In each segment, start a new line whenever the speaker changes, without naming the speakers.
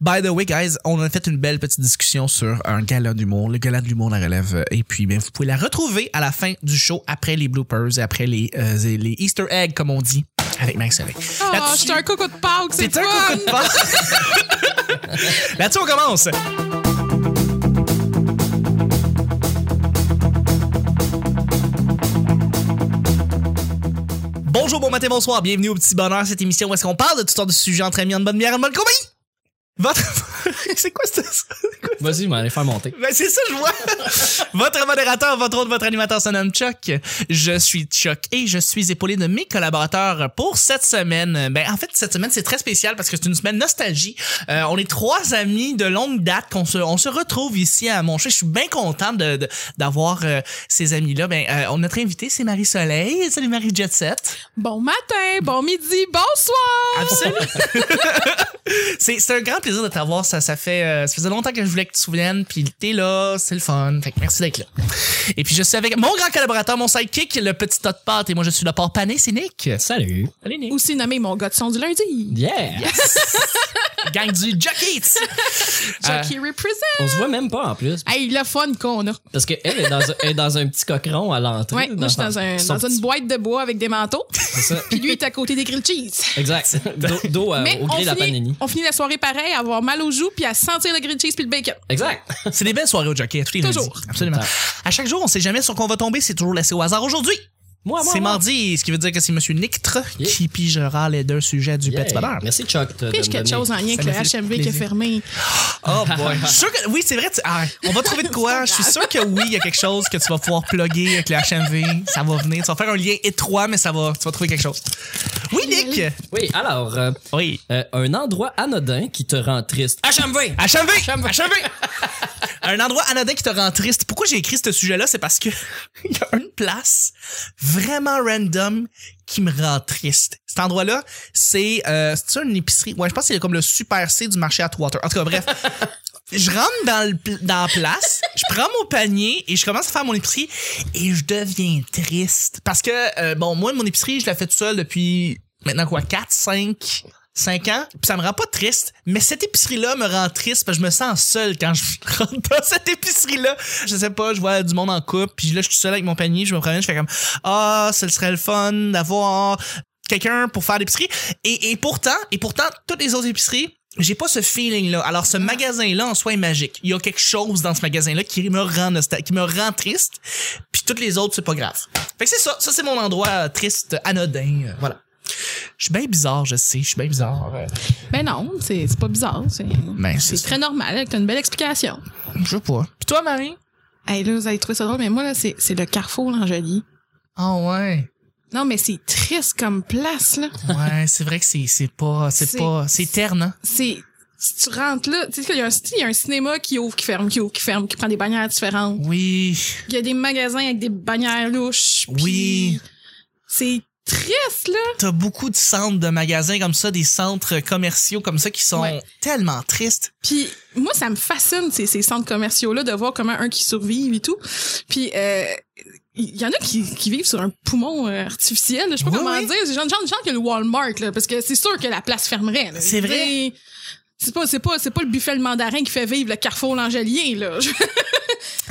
By the way, guys, on a fait une belle petite discussion sur un gala d'humour, le gala de l'humour la relève. Et puis, ben, vous pouvez la retrouver à la fin du show après les bloopers et après les, euh, les Easter eggs, comme on dit, avec Max Solé.
Oh,
Là-dessus-
c'est un coco de Pâques, c'est
C'est un
fun!
coco de Pâques. Là-dessus, on commence. Bonjour, bon matin, bonsoir. Bienvenue au Petit Bonheur, cette émission où est-ce qu'on parle de tout sortes de sujets entre amis, en bonne bière, en bonne compagnie. Votre... C'est quoi ça? C'est quoi
Vas-y, je vais aller faire monter.
ben, c'est ça, je vois. votre modérateur, votre autre, votre animateur se nomme Chuck. Je suis Chuck et je suis épaulé de mes collaborateurs pour cette semaine. Ben, en fait, cette semaine, c'est très spécial parce que c'est une semaine nostalgie. Euh, on est trois amis de longue date qu'on se, on se retrouve ici à Moncheville. Je suis bien content de, de- d'avoir euh, ces amis-là. Ben, euh, on- notre invité, c'est Marie Soleil. Salut Marie Jet Set.
Bon matin, bon midi, bonsoir!
Absolument. c'est, c'est un grand plaisir de t'avoir. Ça, ça fait, euh, ça faisait longtemps que je voulais que tu te souviennes. Puis t'es là, c'est le fun. Fait que merci d'être là. Et puis je suis avec mon grand collaborateur, mon sidekick, le petit tas de pâtes. Et moi, je suis le porc pané, c'est Nick.
Salut.
Allez, Nick.
Aussi nommé mon gars de son du lundi.
Yeah.
Gang du Jockey. Euh.
Jackie represent!
On se voit même pas en plus.
Hey, le fun qu'on a.
Parce qu'elle est, dans un- elle est dans un petit coqueron à l'entrée.
Ouais, moi, je suis dans, un,
son
dans une
petit-
boîte de bois avec des manteaux.
C'est ça.
Puis lui, il est à côté des grilled cheese.
Exact. Dos dos
Euh,
à-
Mais
au
on,
gré de la
finit,
panini.
on finit la soirée pareil, à avoir mal aux joues, puis à sentir le grilled cheese puis le bacon.
Exact.
C'est des belles soirées au Jockey, à tous les
Toujours.
lundis. Absolument. À chaque jour, on sait jamais sur quoi on va tomber. C'est toujours laissé au hasard. Aujourd'hui,
Moi, moi,
c'est
moi.
mardi, ce qui veut dire que c'est Monsieur Nick Tre
Yeah.
qui pigera les deux sujets du
Yeah.
petit bonheur.
Merci Chuck. de- de
Pige
me
quelque
donner-
chose en lien
Ça
avec le
me fait
HMV qui est
plaisir.
fermé.
Oh boy. Je suis sûr que- oui, c'est vrai. tu- ah, on va trouver de quoi. Je suis sûr que oui, il y a quelque chose que tu vas pouvoir plugger avec le HMV. Ça va venir. Tu vas faire un lien étroit, mais ça va. Tu vas trouver quelque chose. Oui, Nick.
Oui, alors, euh,
Oui.
euh, un endroit anodin qui te rend triste.
Ah,
HMV!
HMV. Un endroit anodin qui te rend triste. Pourquoi j'ai écrit ce sujet-là, c'est parce que il y a une place vraiment random qui me rend triste. Cet endroit-là, c'est euh, c'est une épicerie. Ouais, je pense que c'est comme le super C du marché à Atwater. En tout cas, bref. je rentre dans, le, pl- dans la place, je prends mon panier et je commence à faire mon épicerie et je deviens triste. Parce que, euh, bon, moi, mon épicerie, je la fais tout seul depuis maintenant quoi, 4, 5, 5 ans. Puis ça me rend pas triste, mais cette épicerie-là me rend triste parce que je me sens seul quand je rentre dans cette épicerie-là. Je sais pas, je vois du monde en couple, puis là, je suis seul avec mon panier, je me promène, je fais comme, ah, ce serait le fun d'avoir quelqu'un pour faire l'épicerie. Et, et pourtant, et pourtant, toutes les autres épiceries, j'ai pas ce feeling-là. Alors, ce magasin-là, en soi, est magique. Il y a quelque chose dans ce magasin-là qui me rend nostal- qui me rend triste. Puis toutes les autres, c'est pas grave. Fait que c'est ça. Ça, c'est mon endroit euh, triste, anodin. euh, voilà. Je suis bien bizarre, je sais. Je suis bien bizarre.
Ben non, c'est c'est pas bizarre. C'est
Ben, c'est
c'est
ça.
très normal. là, T'as une belle explication.
Je sais pas. Puis toi, Marie?
Hey, là, vous allez trouver ça drôle, mais moi, là, c'est c'est le carrefour, l'Angélie.
Ah ouais.
Non, mais c'est triste comme place, là.
Ouais, c'est vrai que c'est, c'est pas, c'est
C'est-
pas, c'est terne, hein?
C'est. Si tu rentres là, tu sais, il y, a un- il y a un cinéma qui ouvre, qui ferme, qui ouvre, qui ferme, qui prend des bannières différentes.
Oui.
Il y a des magasins avec des bannières louches. puis
Oui.
C'est triste, là.
T'as beaucoup de centres de magasins comme ça, des centres commerciaux comme ça qui sont
Ouais.
tellement tristes.
Puis moi, ça me fascine, ces, ces centres commerciaux-là, de voir comment un qui survit et tout. Puis euh, il y en a qui, qui vivent sur un poumon euh, artificiel. là. Je sais pas
Oui,
comment
oui.
dire. C'est genre, genre, genre que le Walmart, là, parce que c'est sûr que la place fermerait. là.
C'est vrai.
Je veux dire, C'est pas, c'est pas, c'est pas le buffet le mandarin qui fait vivre le carrefour l'angélien, là. Je-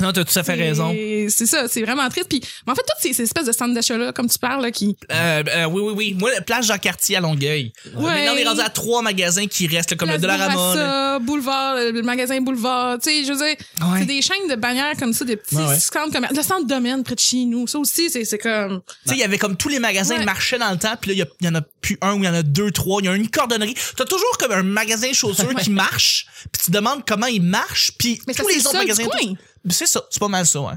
Non, t'as tout à fait raison.
Et C'est ça, c'est vraiment triste. Puis, mais en fait, toutes ces, ces espèces de centres d'achat-là, comme tu parles, là, qui.
Euh, euh, oui, oui, oui. Moi, place Jean-Cartier à Longueuil.
Ouais.
Maintenant, on est rendu à trois magasins qui restent, là, comme
Place
le Dollarama. là.
Bourassa, Boulevard, le magasin Boulevard, tu sais, je veux dire,
Ouais.
c'est des chaînes de bannières comme ça, des petits
Ouais, ouais.
centres comme le centre domaine près de chez nous, ça aussi, c'est c'est comme
Tu sais, il y avait comme tous les magasins
Ouais.
marchaient dans le temps, puis là, il y a- il y, en a plus un ou il y en a deux, trois. Il y a une cordonnerie. T'as toujours comme un magasin de chaussures qui marche, puis tu demandes comment il marche, puis
Mais ça,
tous
c'est
les
le
autres
seul du
magasins.
coin.
C'est ça, c'est pas mal ça, ouais.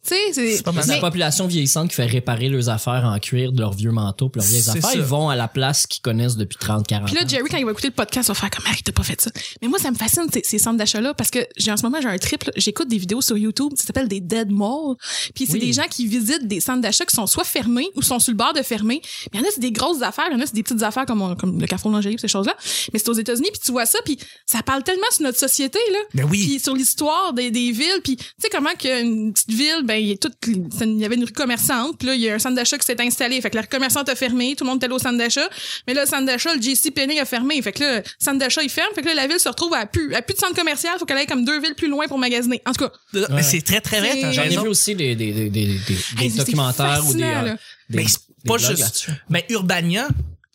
tu sais, c'est
C'est pas mal.
La
mais-
population vieillissante qui fait réparer leurs affaires en cuir de leurs vieux manteaux puis leurs vieilles
C'est
affaires,
ça.
ils vont à la place qu'ils connaissent depuis 30, 40
Puis là, Jerry, quand il va écouter le podcast, va faire comme Marie, t'as pas fait ça. Mais moi, ça me fascine, ces, ces centres d'achat-là, parce que j'ai en ce moment, j'ai un triple. J'écoute des vidéos sur YouTube, ça s'appelle des Dead Malls. Puis c'est
Oui.
des gens qui visitent des centres d'achat qui sont soit fermés ou sont sur le bord de fermer. Mais il y en a, c'est des grosses affaires, il y en a, c'est des petites affaires comme, on- comme le Carrefour d'Angélie, ces choses-là. Mais c'est aux États-Unis, puis tu vois ça, puis ça parle tellement sur notre société, là.
Ben oui.
Puis sur l'histoire des, des villes, puis tu sais comment qu'une petite ville, ben, il, est tout- il y avait une rue commerçante, puis là, il y a un centre d'achat qui s'est installé. Fait que la rue commerçante a fermé, tout le monde était allé au centre d'achat. Mais là, le centre d'achat, le JC Penning a fermé. Fait que là, le centre d'achat, il ferme. Fait que là, la ville se retrouve à plus, à plus de centre commercial. Faut qu'elle aille comme deux villes plus loin pour magasiner. En tout cas,
Mais
ouais.
C'est très, très vrai,
C'est-
t'as
J'en ai
raison.
vu aussi des, des, des, des, des- des
hey, c'est- c'est
documentaires ou des,
fascinant,
euh,
là.
des-
Mais c'est
des
pas
blogs
juste-
là-dessus.
Mais Urbania,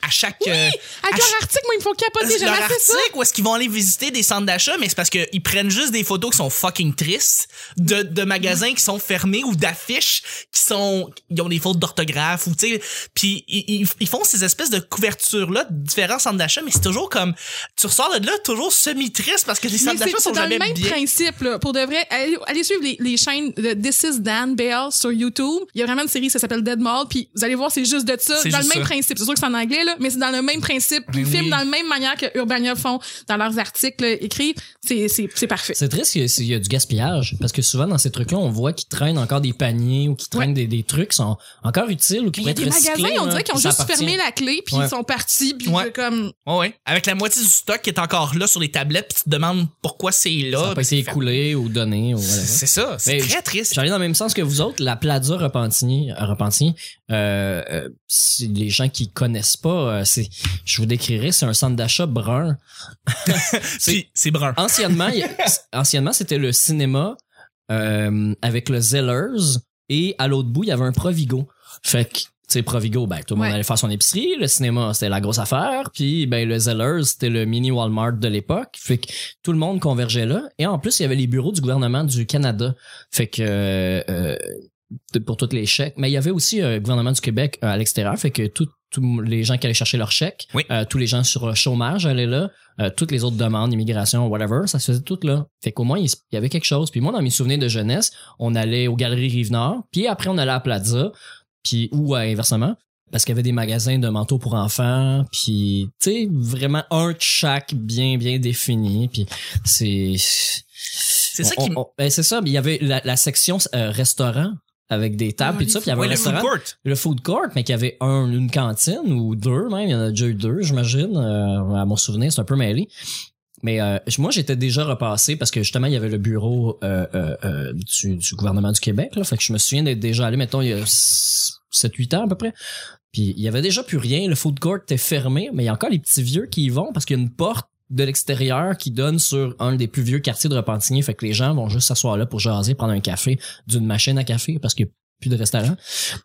à chaque... euh,
Avec
à
leur
ch-
article, moi, ils me font capoter. J'aime
leur
assez ça.
article où est-ce qu'ils vont aller visiter des centres d'achat, mais c'est parce qu'ils prennent juste des photos qui sont fucking tristes de, de magasins qui sont fermés ou d'affiches qui sont ils ont des fautes d'orthographe ou tu sais puis ils, ils- ils font ces espèces de couvertures là de différents centres d'achat mais c'est toujours comme tu ressors de là toujours semi triste parce que les
Mais
centres
c'est
d'achat
c'est
sont
dans le
jamais
même
bien
principe, là. Pour de vrai, allez, allez suivre les, les chaînes de This is Dan Bale sur YouTube. Il y a vraiment une série, ça s'appelle Dead Mall, puis vous allez voir, c'est juste de ça.
C'est
Dans le
juste
même
ça.
principe. C'est sûr que c'est en anglais, là, mais c'est dans le même principe.
Mais
Puis
Ben
ils filment
oui.
dans la même manière que Urbania font dans leurs articles là, écrits. C'est- C'est c'est parfait.
C'est triste qu'il y a- il y a du gaspillage parce que souvent dans ces trucs-là, on voit qu'ils traînent encore des paniers ou qu'ils traînent des, des trucs qui sont encore utiles ou qui
Il y
pourraient
a
être
des magasins,
recyclés,
on
là,
dirait qu'ils ont
hein. ça
juste
appartient.
fermé la clé, puis
Ouais.
ils sont partis, puis
Ouais.
de comme...
Ouais, ouais. avec la moitié du stock qui est encore là sur les tablettes puis tu te demandes pourquoi c'est
Ça
là
n'a pas été écoulé ou donné ou whatever.
c'est ça c'est
Mais
très triste
J'arrive dans le même sens que vous autres, la Plaza Repentigny, euh, Repentigny, euh, euh, si les gens qui connaissent pas, euh, c'est, je vous décrirai, c'est un centre d'achat brun.
Puis c'est
Ah,
brun
Anciennement, il y a- anciennement c'était le cinéma euh, avec le Zellers et à l'autre bout, il y avait un Provigo. Fait que, tu sais, Provigo, ben, tout le monde
Ouais.
allait faire son épicerie. Le cinéma, c'était la grosse affaire. Puis, ben, le Zellers, c'était le mini Walmart de l'époque. Fait que tout le monde convergeait là. Et en plus, il y avait les bureaux du gouvernement du Canada. Fait que... euh, euh, de- pour tous les chèques. Mais il y avait aussi euh, le gouvernement du Québec euh, à l'extérieur, fait que tout- tous les gens qui allaient chercher leurs chèques,
Oui.
euh, tous les gens sur le chômage allaient là, euh, toutes les autres demandes, immigration, whatever, ça se faisait tout là. Fait qu'au moins, il, se- il y avait quelque chose. Puis moi, dans mes souvenirs de jeunesse, on allait aux Galeries Rive-Nord, puis après, on allait à Plaza, puis ou euh, inversement, parce qu'il y avait des magasins de manteaux pour enfants, puis, tu sais, vraiment un de chaque bien, bien défini, puis c'est... C'est
ça qui m-
ben, C'est ça, mais il y avait la, la section euh, restaurant avec des tables,
Ah,
puis tout ça,
les
puis il y avait
ouais,
un
le food
restaurant
court
le food court, mais qu'il y avait un, une cantine ou deux même. Il y en a déjà eu deux, j'imagine. euh, à mon souvenir, c'est un peu mêlé. Mais euh, je- moi, j'étais déjà repassé parce que justement, il y avait le bureau euh, euh, euh, du, du gouvernement du Québec. Là, fait que je me souviens d'être déjà allé, mettons, il y a 7-8 ans à peu près. Puis il y avait déjà plus rien. Le food court était fermé, mais il y a encore les petits vieux qui y vont parce qu'il y a une porte de l'extérieur qui donne sur un des plus vieux quartiers de Repentigny. Fait que les gens vont juste s'asseoir là pour jaser, prendre un café d'une machine à café parce qu'il n'y a plus de restaurant.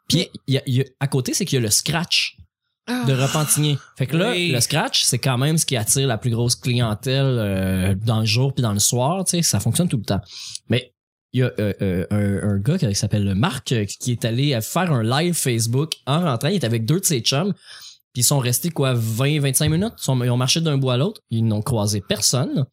Puis il y a- il y a- à côté, c'est qu'il y a le scratch
Ah.
de Repentigny. Fait que là,
Oui.
le scratch, c'est quand même ce qui attire la plus grosse clientèle euh, dans le jour puis dans le soir. Tu sais, ça fonctionne tout le temps. Mais il y a euh, euh, un, un gars qui s'appelle Marc euh, qui est allé faire un live Facebook en rentrant. Il est avec deux de ses chums. Puis ils sont restés quoi 20-25 minutes. Ils, sont- ils ont marché d'un bout à l'autre. Ils n'ont croisé personne.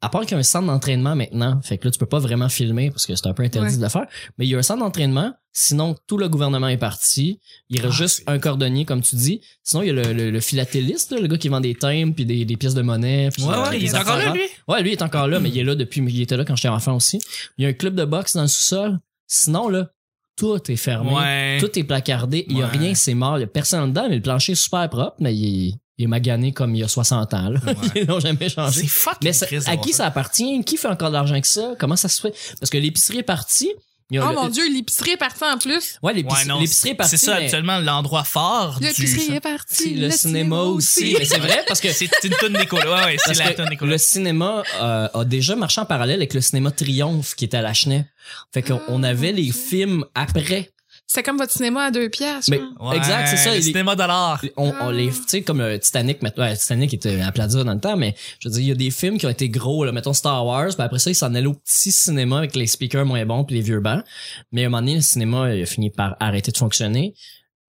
À part qu'il y a un centre d'entraînement maintenant. Fait que là, tu peux pas vraiment filmer parce que c'est un peu interdit
Ouais.
de le faire. Mais il y a un centre d'entraînement. Sinon, tout le gouvernement est parti. Il reste
Ah,
juste
c'est-
un cordonnier, comme tu dis. Sinon, il y a le, le- le philatéliste, là, le gars qui vend des timbres puis des, des pièces de monnaie. puis,
ouais
euh,
ouais
des
il est
affaires
encore là
rares.
lui
Ouais, lui est encore là, mais il est là depuis. Il était là quand j'étais enfant aussi. Il y a un club de boxe dans le sous-sol. Sinon, là, tout est fermé.
ouais
Tout est placardé. Il y a
Ouais.
rien, c'est mort. Il y a personne en dedans, mais le plancher est super propre, mais il est, il est magané comme il y a 60 ans. Là.
Ouais.
Ils l'ont jamais changé.
c'est fucking
Mais ça-
triste de
à
voir
qui ça appartient? Qui fait encore de l'argent que ça? Comment ça se fait? Parce que l'épicerie est partie. Il y a
Oh
le-
mon Dieu, l'épicerie est partie en plus.
Ouais, l'épicerie
Ah, Ouais, non,
l'épicerie est partie.
C'est ça,
mais-
actuellement, l'endroit
Oh,
fort du.
L'épicerie est partie.
le, cinéma aussi. Mais c'est vrai parce que,
C'est une tonne d'écolo. Ouais, ouais, c'est
parce
la
que
tonne d'écolo.
le cinéma euh, a déjà marché en parallèle avec le cinéma Triomphe qui était à la Chenet. Fait qu'on
Ah,
on avait
mon
les
Dieu.
films après.
C'est comme votre cinéma à deux pièces.
Mais-
Ouais,
exact, c'est ça,
Le
il-
cinéma dollar.
On, on les, tu sais, comme le Titanic, maintenant, ouais, Titanic était à Plaza dans le temps, mais je veux dire, il y a des films qui ont été gros, là, mettons Star Wars, puis après ça, ils s'en allaient au petit cinéma avec les speakers moins bons puis les vieux bancs. Mais à un moment donné, le cinéma il a fini par arrêter de fonctionner.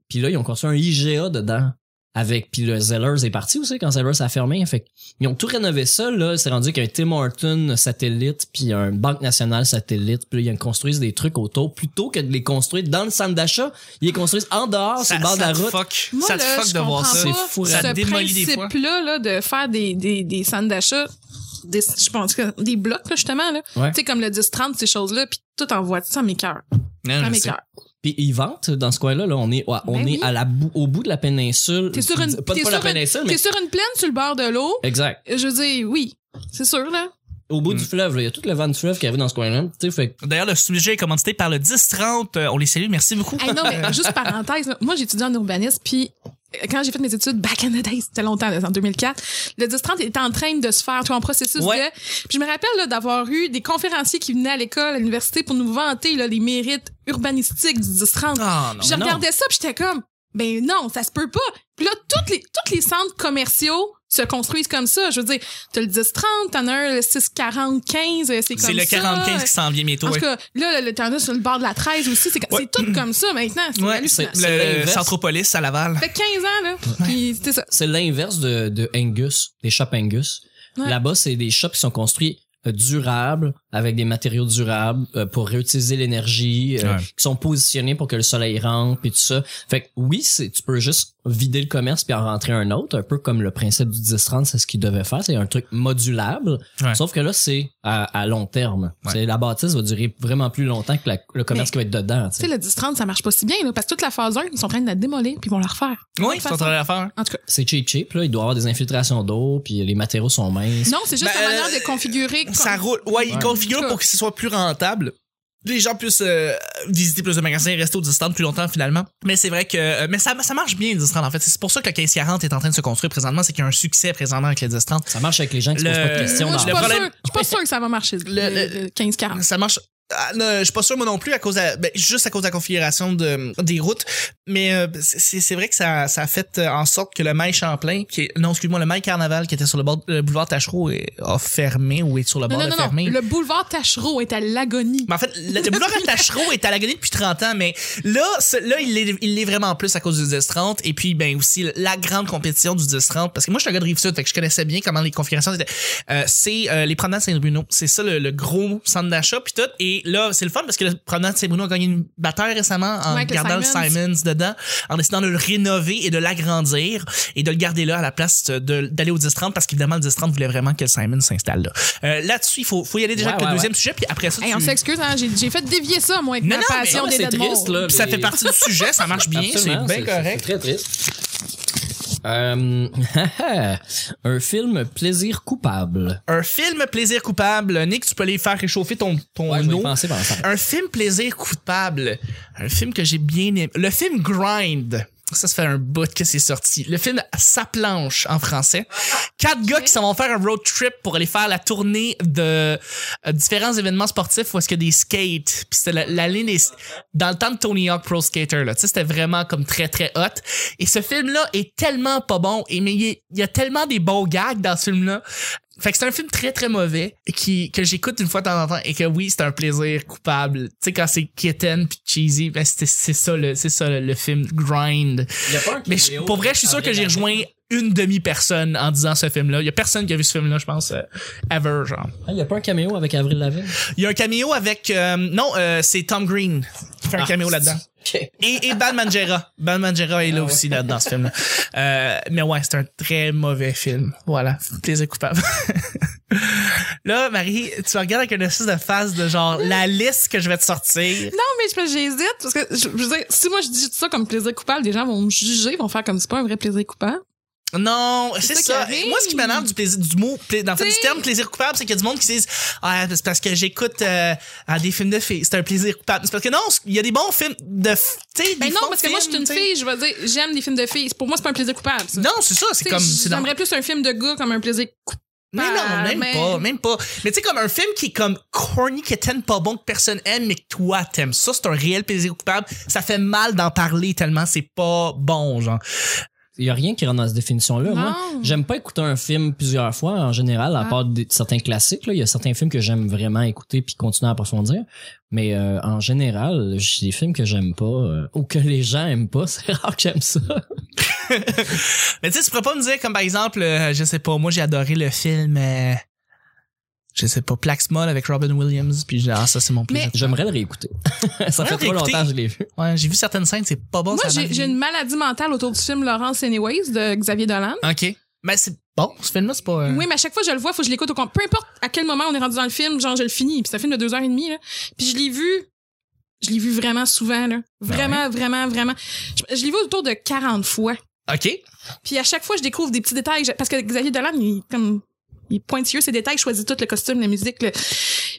Puis là, ils ont construit un IGA dedans. Avec, puis le Zellers est parti aussi quand Zellers a fermé. Fait que ils ont tout rénové ça, là. C'est rendu qu'un Tim Horton satellite, puis un Banque Nationale satellite, puis là, ils construisent des trucs autour. Plutôt que de les construire dans le centre d'achat, ils les construisent en dehors, sur
Ça,
le bord de
ça
la
te
route.
fuck.
Moi,
ça te
là,
fuck
je
de voir
comprends
ça.
C'est
pas
fou,
ça
ce
démolit des fois.
principe-là là, de faire des, des, des centres d'achat, des, je pense que des blocs, là, justement, là.
Ouais.
tu sais, comme le 10-30, ces choses-là, puis tout en voiture, ça m'écoeure.
Non,
Ça
je sais.
m'écoeure.
Puis ils vendent dans ce coin-là. Là, on est, ouais, on
Ben
est
oui.
à la bou- au bout de la péninsule.
T'es sur une-
Pas,
t'es
pas la
sur une-
péninsule, mais.
T'es sur une plaine sur le bord de l'eau,
Exact.
je veux dire, oui, c'est sûr, là.
Au bout
Mm.
du fleuve, là, il y a tout le vent du fleuve qui arrive dans ce coin-là. Tu sais, fait que-
D'ailleurs, le sujet est commandité par le 10-30. Euh, on les salue, merci beaucoup.
Hey, non, mais juste parenthèse, là, moi, j'étudiais en urbanisme, puis euh, quand j'ai fait mes études back in the days, c'était longtemps, là, en 2004, le 10-30 était en train de se faire, tu vois, en processus
Ouais.
de... Puis je me rappelle là, d'avoir eu des conférenciers qui venaient à l'école, à l'université, pour nous vanter là, les mérites urbanistiques du 10-30.
Ah, non.
Puis je
non.
regardais ça, puis j'étais comme, ben non, ça se peut pas. Puis là, toutes les, tous les centres commerciaux se construisent comme ça. Je veux dire, t'as le 10-30, t'en as un, le 6-40, 15, c'est comme ça.
C'est le 45 qui s'en vient bientôt.
En
ouais.
tout cas, là, le- t'en as sur le bord de la 13 aussi. C'est
Ouais.
c'est tout comme ça maintenant. C'est
Ouais,
hallucinant.
c'est le
l'inverse.
Centropolis à Laval.
Ça fait 15 ans, là. Puis c'était ça.
c'est l'inverse de, de Angus, des shops Angus.
Ouais.
Là-bas, c'est des shops qui sont construits euh, durables, avec des matériaux durables euh, pour réutiliser l'énergie, euh,
Ouais.
qui sont positionnés pour que le soleil rentre puis tout ça. Fait que oui, c'est tu peux juste vider le commerce puis en rentrer un autre, un peu comme le principe du 10-30, c'est ce qu'ils devaient faire, c'est un truc modulable.
Ouais.
Sauf que là, c'est à, à long terme.
Ouais.
C'est la bâtisse va durer vraiment plus longtemps que la- le commerce qui va être dedans. tu
Tu
sais.
sais, le 10-30, ça marche pas si bien, là, parce que toute la phase 1, ils sont en train de la démolir, puis ils vont la refaire.
Oui, c'est en train de la faire.
C'est cheap cheap là, il doit y avoir des infiltrations d'eau puis les matériaux sont minces.
Non, c'est juste
Ben,
la manière
euh,
de configurer.
Ça roule. Ouais, ils
Ouais.
configurent pour que ce soit plus rentable. Les gens puissent euh, visiter plus de magasins, rester au distant plus longtemps finalement. Mais c'est vrai que euh, mais ça, ça marche bien le 10-30 en fait. C'est pour ça que le 1540 est en train de se construire présentement, c'est qu'il y a un succès présentement avec le 10-30.
Ça marche avec les gens qui se
Le-
posent pas de
Moi,
questions.
je
dans
suis
le
pas
problème-
sûre- je suis pas sûr que ça va marcher, le,
le-
15-40.
Ça marche. Ah, ne- je suis pas sûr moi non plus à cause de la- ben, juste à cause de la configuration de, des routes mais euh, c'est c'est vrai que ça ça a fait euh, en sorte que le mail Champlain qui est, non excuse-moi le mail Carnaval qui était sur le bord le boulevard Tachereau est- a fermé ou est sur le
Non,
bord
non,
de
non, non.
fermé
Le boulevard Tachereau est à l'agonie.
Mais en fait, le, le boulevard à Tachereau est à l'agonie depuis 30 ans, mais là, ce- là il l'est il l'est vraiment plus à cause du 10-30 et puis ben aussi la grande compétition du 10-30 parce que moi je suis un gars de Rive-Sud, fait que je connaissais bien comment les configurations étaient. Euh, c'est euh, les promenades Saint-Bruno, c'est ça le, le gros centre d'achat puis tout et là, c'est le fun parce que le promenade Saint-Bruno a gagné une bataille récemment en
Ouais, avec le
gardant le
Simons.
Simons dedans, en décidant de le rénover et de l'agrandir et de le garder là à la place de- d'aller au 10-30 parce qu'évidemment le 10-30 voulait vraiment que le Simons s'installe là. Euh, Là-dessus, il faut, faut y aller déjà
Ouais,
avec le
ouais,
deuxième sujet puis après ça
Hey, on
tu-
s'excuse, hein, j'ai j'ai fait dévier ça, moi, avec
Non,
ma
non, mais
passion
non,
des
c'est
Dead
triste,
Malls.
là.
Puis ça
les-
fait partie du sujet, ça marche bien, c'est
Absolument,
bien correct.
C'est très triste. Euh, un film plaisir coupable.
Un film plaisir coupable, Nick, tu peux aller faire réchauffer ton ton
Ouais, je vais y
eau.
penser pendant ça.
Un film plaisir coupable, un film que j'ai bien aimé, le film Grind. Ça, ça fait un bout que c'est sorti. Le film Sa planche en français. Quatre gars qui s'en vont faire un road trip pour aller faire la tournée de euh, différents événements sportifs où est-ce qu'il y a des skates. Puis c'était la, la ligne des- dans le temps de Tony Hawk Pro Skater là, tu sais c'était vraiment comme très très hot. Et ce film là est tellement pas bon et mais il est- il y a tellement des bons gags dans ce film là. Fait que c'est un film très très mauvais qui que j'écoute une fois de temps en temps et que oui, c'est un plaisir coupable. Tu sais quand c'est kitten puis cheesy, ben c'était- c'est ça le c'est ça le, le film Grind. Mais je- pour vrai, je
Ah,
suis sûr que j'ai rejoint une demi-personne en disant ce film-là. Il y a personne qui a vu ce film-là, je pense, euh, ever, genre.
Il Ah, y a pas un caméo avec Avril Lavigne.
Il y a un caméo avec... euh, non, euh, c'est Tom Green qui fait un caméo là-dedans. Et, et Bad Mangera. Bad Mangera est
Ah
là aussi là, dans ce film-là. Euh, mais ouais, c'est un très mauvais film. Voilà, plaisir coupable. là, Marie, tu me regardes avec une espèce de face de genre la liste que je vais te sortir.
Non, mais je pense que j'hésite parce que je, je veux dire, si moi je dis tout ça comme plaisir coupable, les gens vont me juger, vont faire comme c'est pas un vrai plaisir coupable.
Non, c'est
ça qui
ça.
arrive.
Moi, ce qui m'énerve du plaisir, du mot, pla- dans le fait, du
T'sais.
terme plaisir coupable, c'est qu'il y a du monde qui disent, ah, c'est parce que j'écoute euh, à des films de filles. C'est un plaisir coupable. C'est parce que non, il y a des bons films de, f- tu sais,
Ben
des
non,
bons
parce que moi je suis
films,
une
t'sais.
fille, je veux dire, j'aime les films de filles. Pour moi, c'est pas un plaisir coupable. ça.
Non, c'est ça, c'est
T'sais,
comme, c'est dans-
J'aimerais plus un film de gars comme un plaisir coupable.
Mais non, même
mais-
pas, même pas. Mais tu sais, comme un film qui est comme corny, qui est tellement pas bon que personne aime, mais que toi t'aimes. Ça, c'est un réel plaisir coupable. Ça fait mal d'en parler tellement c'est pas bon, genre.
Il y a rien qui rentre dans cette définition-là.
Non.
Moi, j'aime pas écouter un film plusieurs fois en général, à
Ah.
part des- certains classiques. Là. Il y a certains films que j'aime vraiment écouter puis continuer à approfondir. Mais euh, en général, j'ai des films que j'aime pas euh, ou que les gens aiment pas. C'est rare que j'aime ça.
Mais tu sais, tu pourrais pas me dire, comme par exemple, euh, je sais pas, moi j'ai adoré le film, euh, je sais pas, Plaxmol avec Robin Williams, puis genre, ah, ça c'est mon plaisir.
J'aimerais le réécouter. ça
Ouais,
fait trop
réécouter.
longtemps que je l'ai vu.
Ouais, j'ai vu certaines scènes, c'est pas bon.
Moi,
Oh, ça
j'ai
marche.
j'ai une maladie mentale autour du film Laurence Anyways de Xavier Dolan.
Ok. Mais c'est bon, ce film-là, c'est pas. euh,
Oui, mais à chaque fois, je le vois, faut que je l'écoute au compte. Peu importe à quel moment on est rendu dans le film, genre, je le finis. Puis c'est un film de deux heures et demie, là. Puis je l'ai vu, je l'ai vu vraiment souvent,
Ben
là. Vraiment, vraiment, vraiment. Je, je l'ai vu autour de 40 fois.
Ok.
Puis à chaque fois, je découvre des petits détails. Je- Parce que Xavier Dolan, il est comme il est pointilleux ses détails, il choisit tout le costume, la musique. le-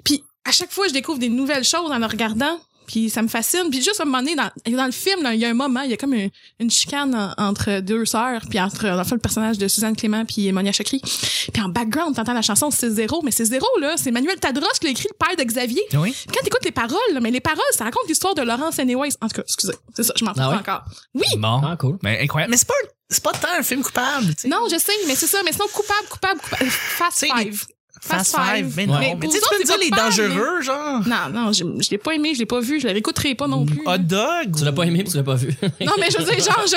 Puis à chaque fois, je découvre des nouvelles choses en le regardant. Puis ça me fascine. Puis juste à un moment donné, dans, dans le film, là, il y a un moment, il y a comme un- une chicane en- entre deux sœurs, puis entre en fait, le personnage de Suzanne Clément puis Monia Chakri. Puis en background, t'entends la chanson C'est zéro, mais c'est zéro là, c'est Manuel Tadros qui l'a écrit, le père de Xavier.
Oui.
Puis quand t'écoutes les paroles, là, mais les paroles, ça raconte l'histoire de Laurence Anyways. En tout cas, excusez, c'est ça, je m'en fous
Ah ouais?
encore. Oui,
Bon.
Ah, cool.
Mais incroyable. Mais c'est pas, un- c'est pas tant un film coupable, tu sais.
non, je sais, mais c'est ça, mais sinon coupable, coupable, coupable, fast
C'est-
five.
Fast
Fast
Five,
Five.
mais non.
Ouais.
Mais
Pour
tu sais,
vous
tu peux dire
autres, c'est
les
pas coupable,
dangereux, genre.
Non, non, je, je l'ai pas aimé, je l'ai pas vu, je la réécouterai pas non plus.
Ah,
Hot dog.
Tu l'as pas aimé, puis tu l'as pas vu.
Non, mais je veux dire, genre, je,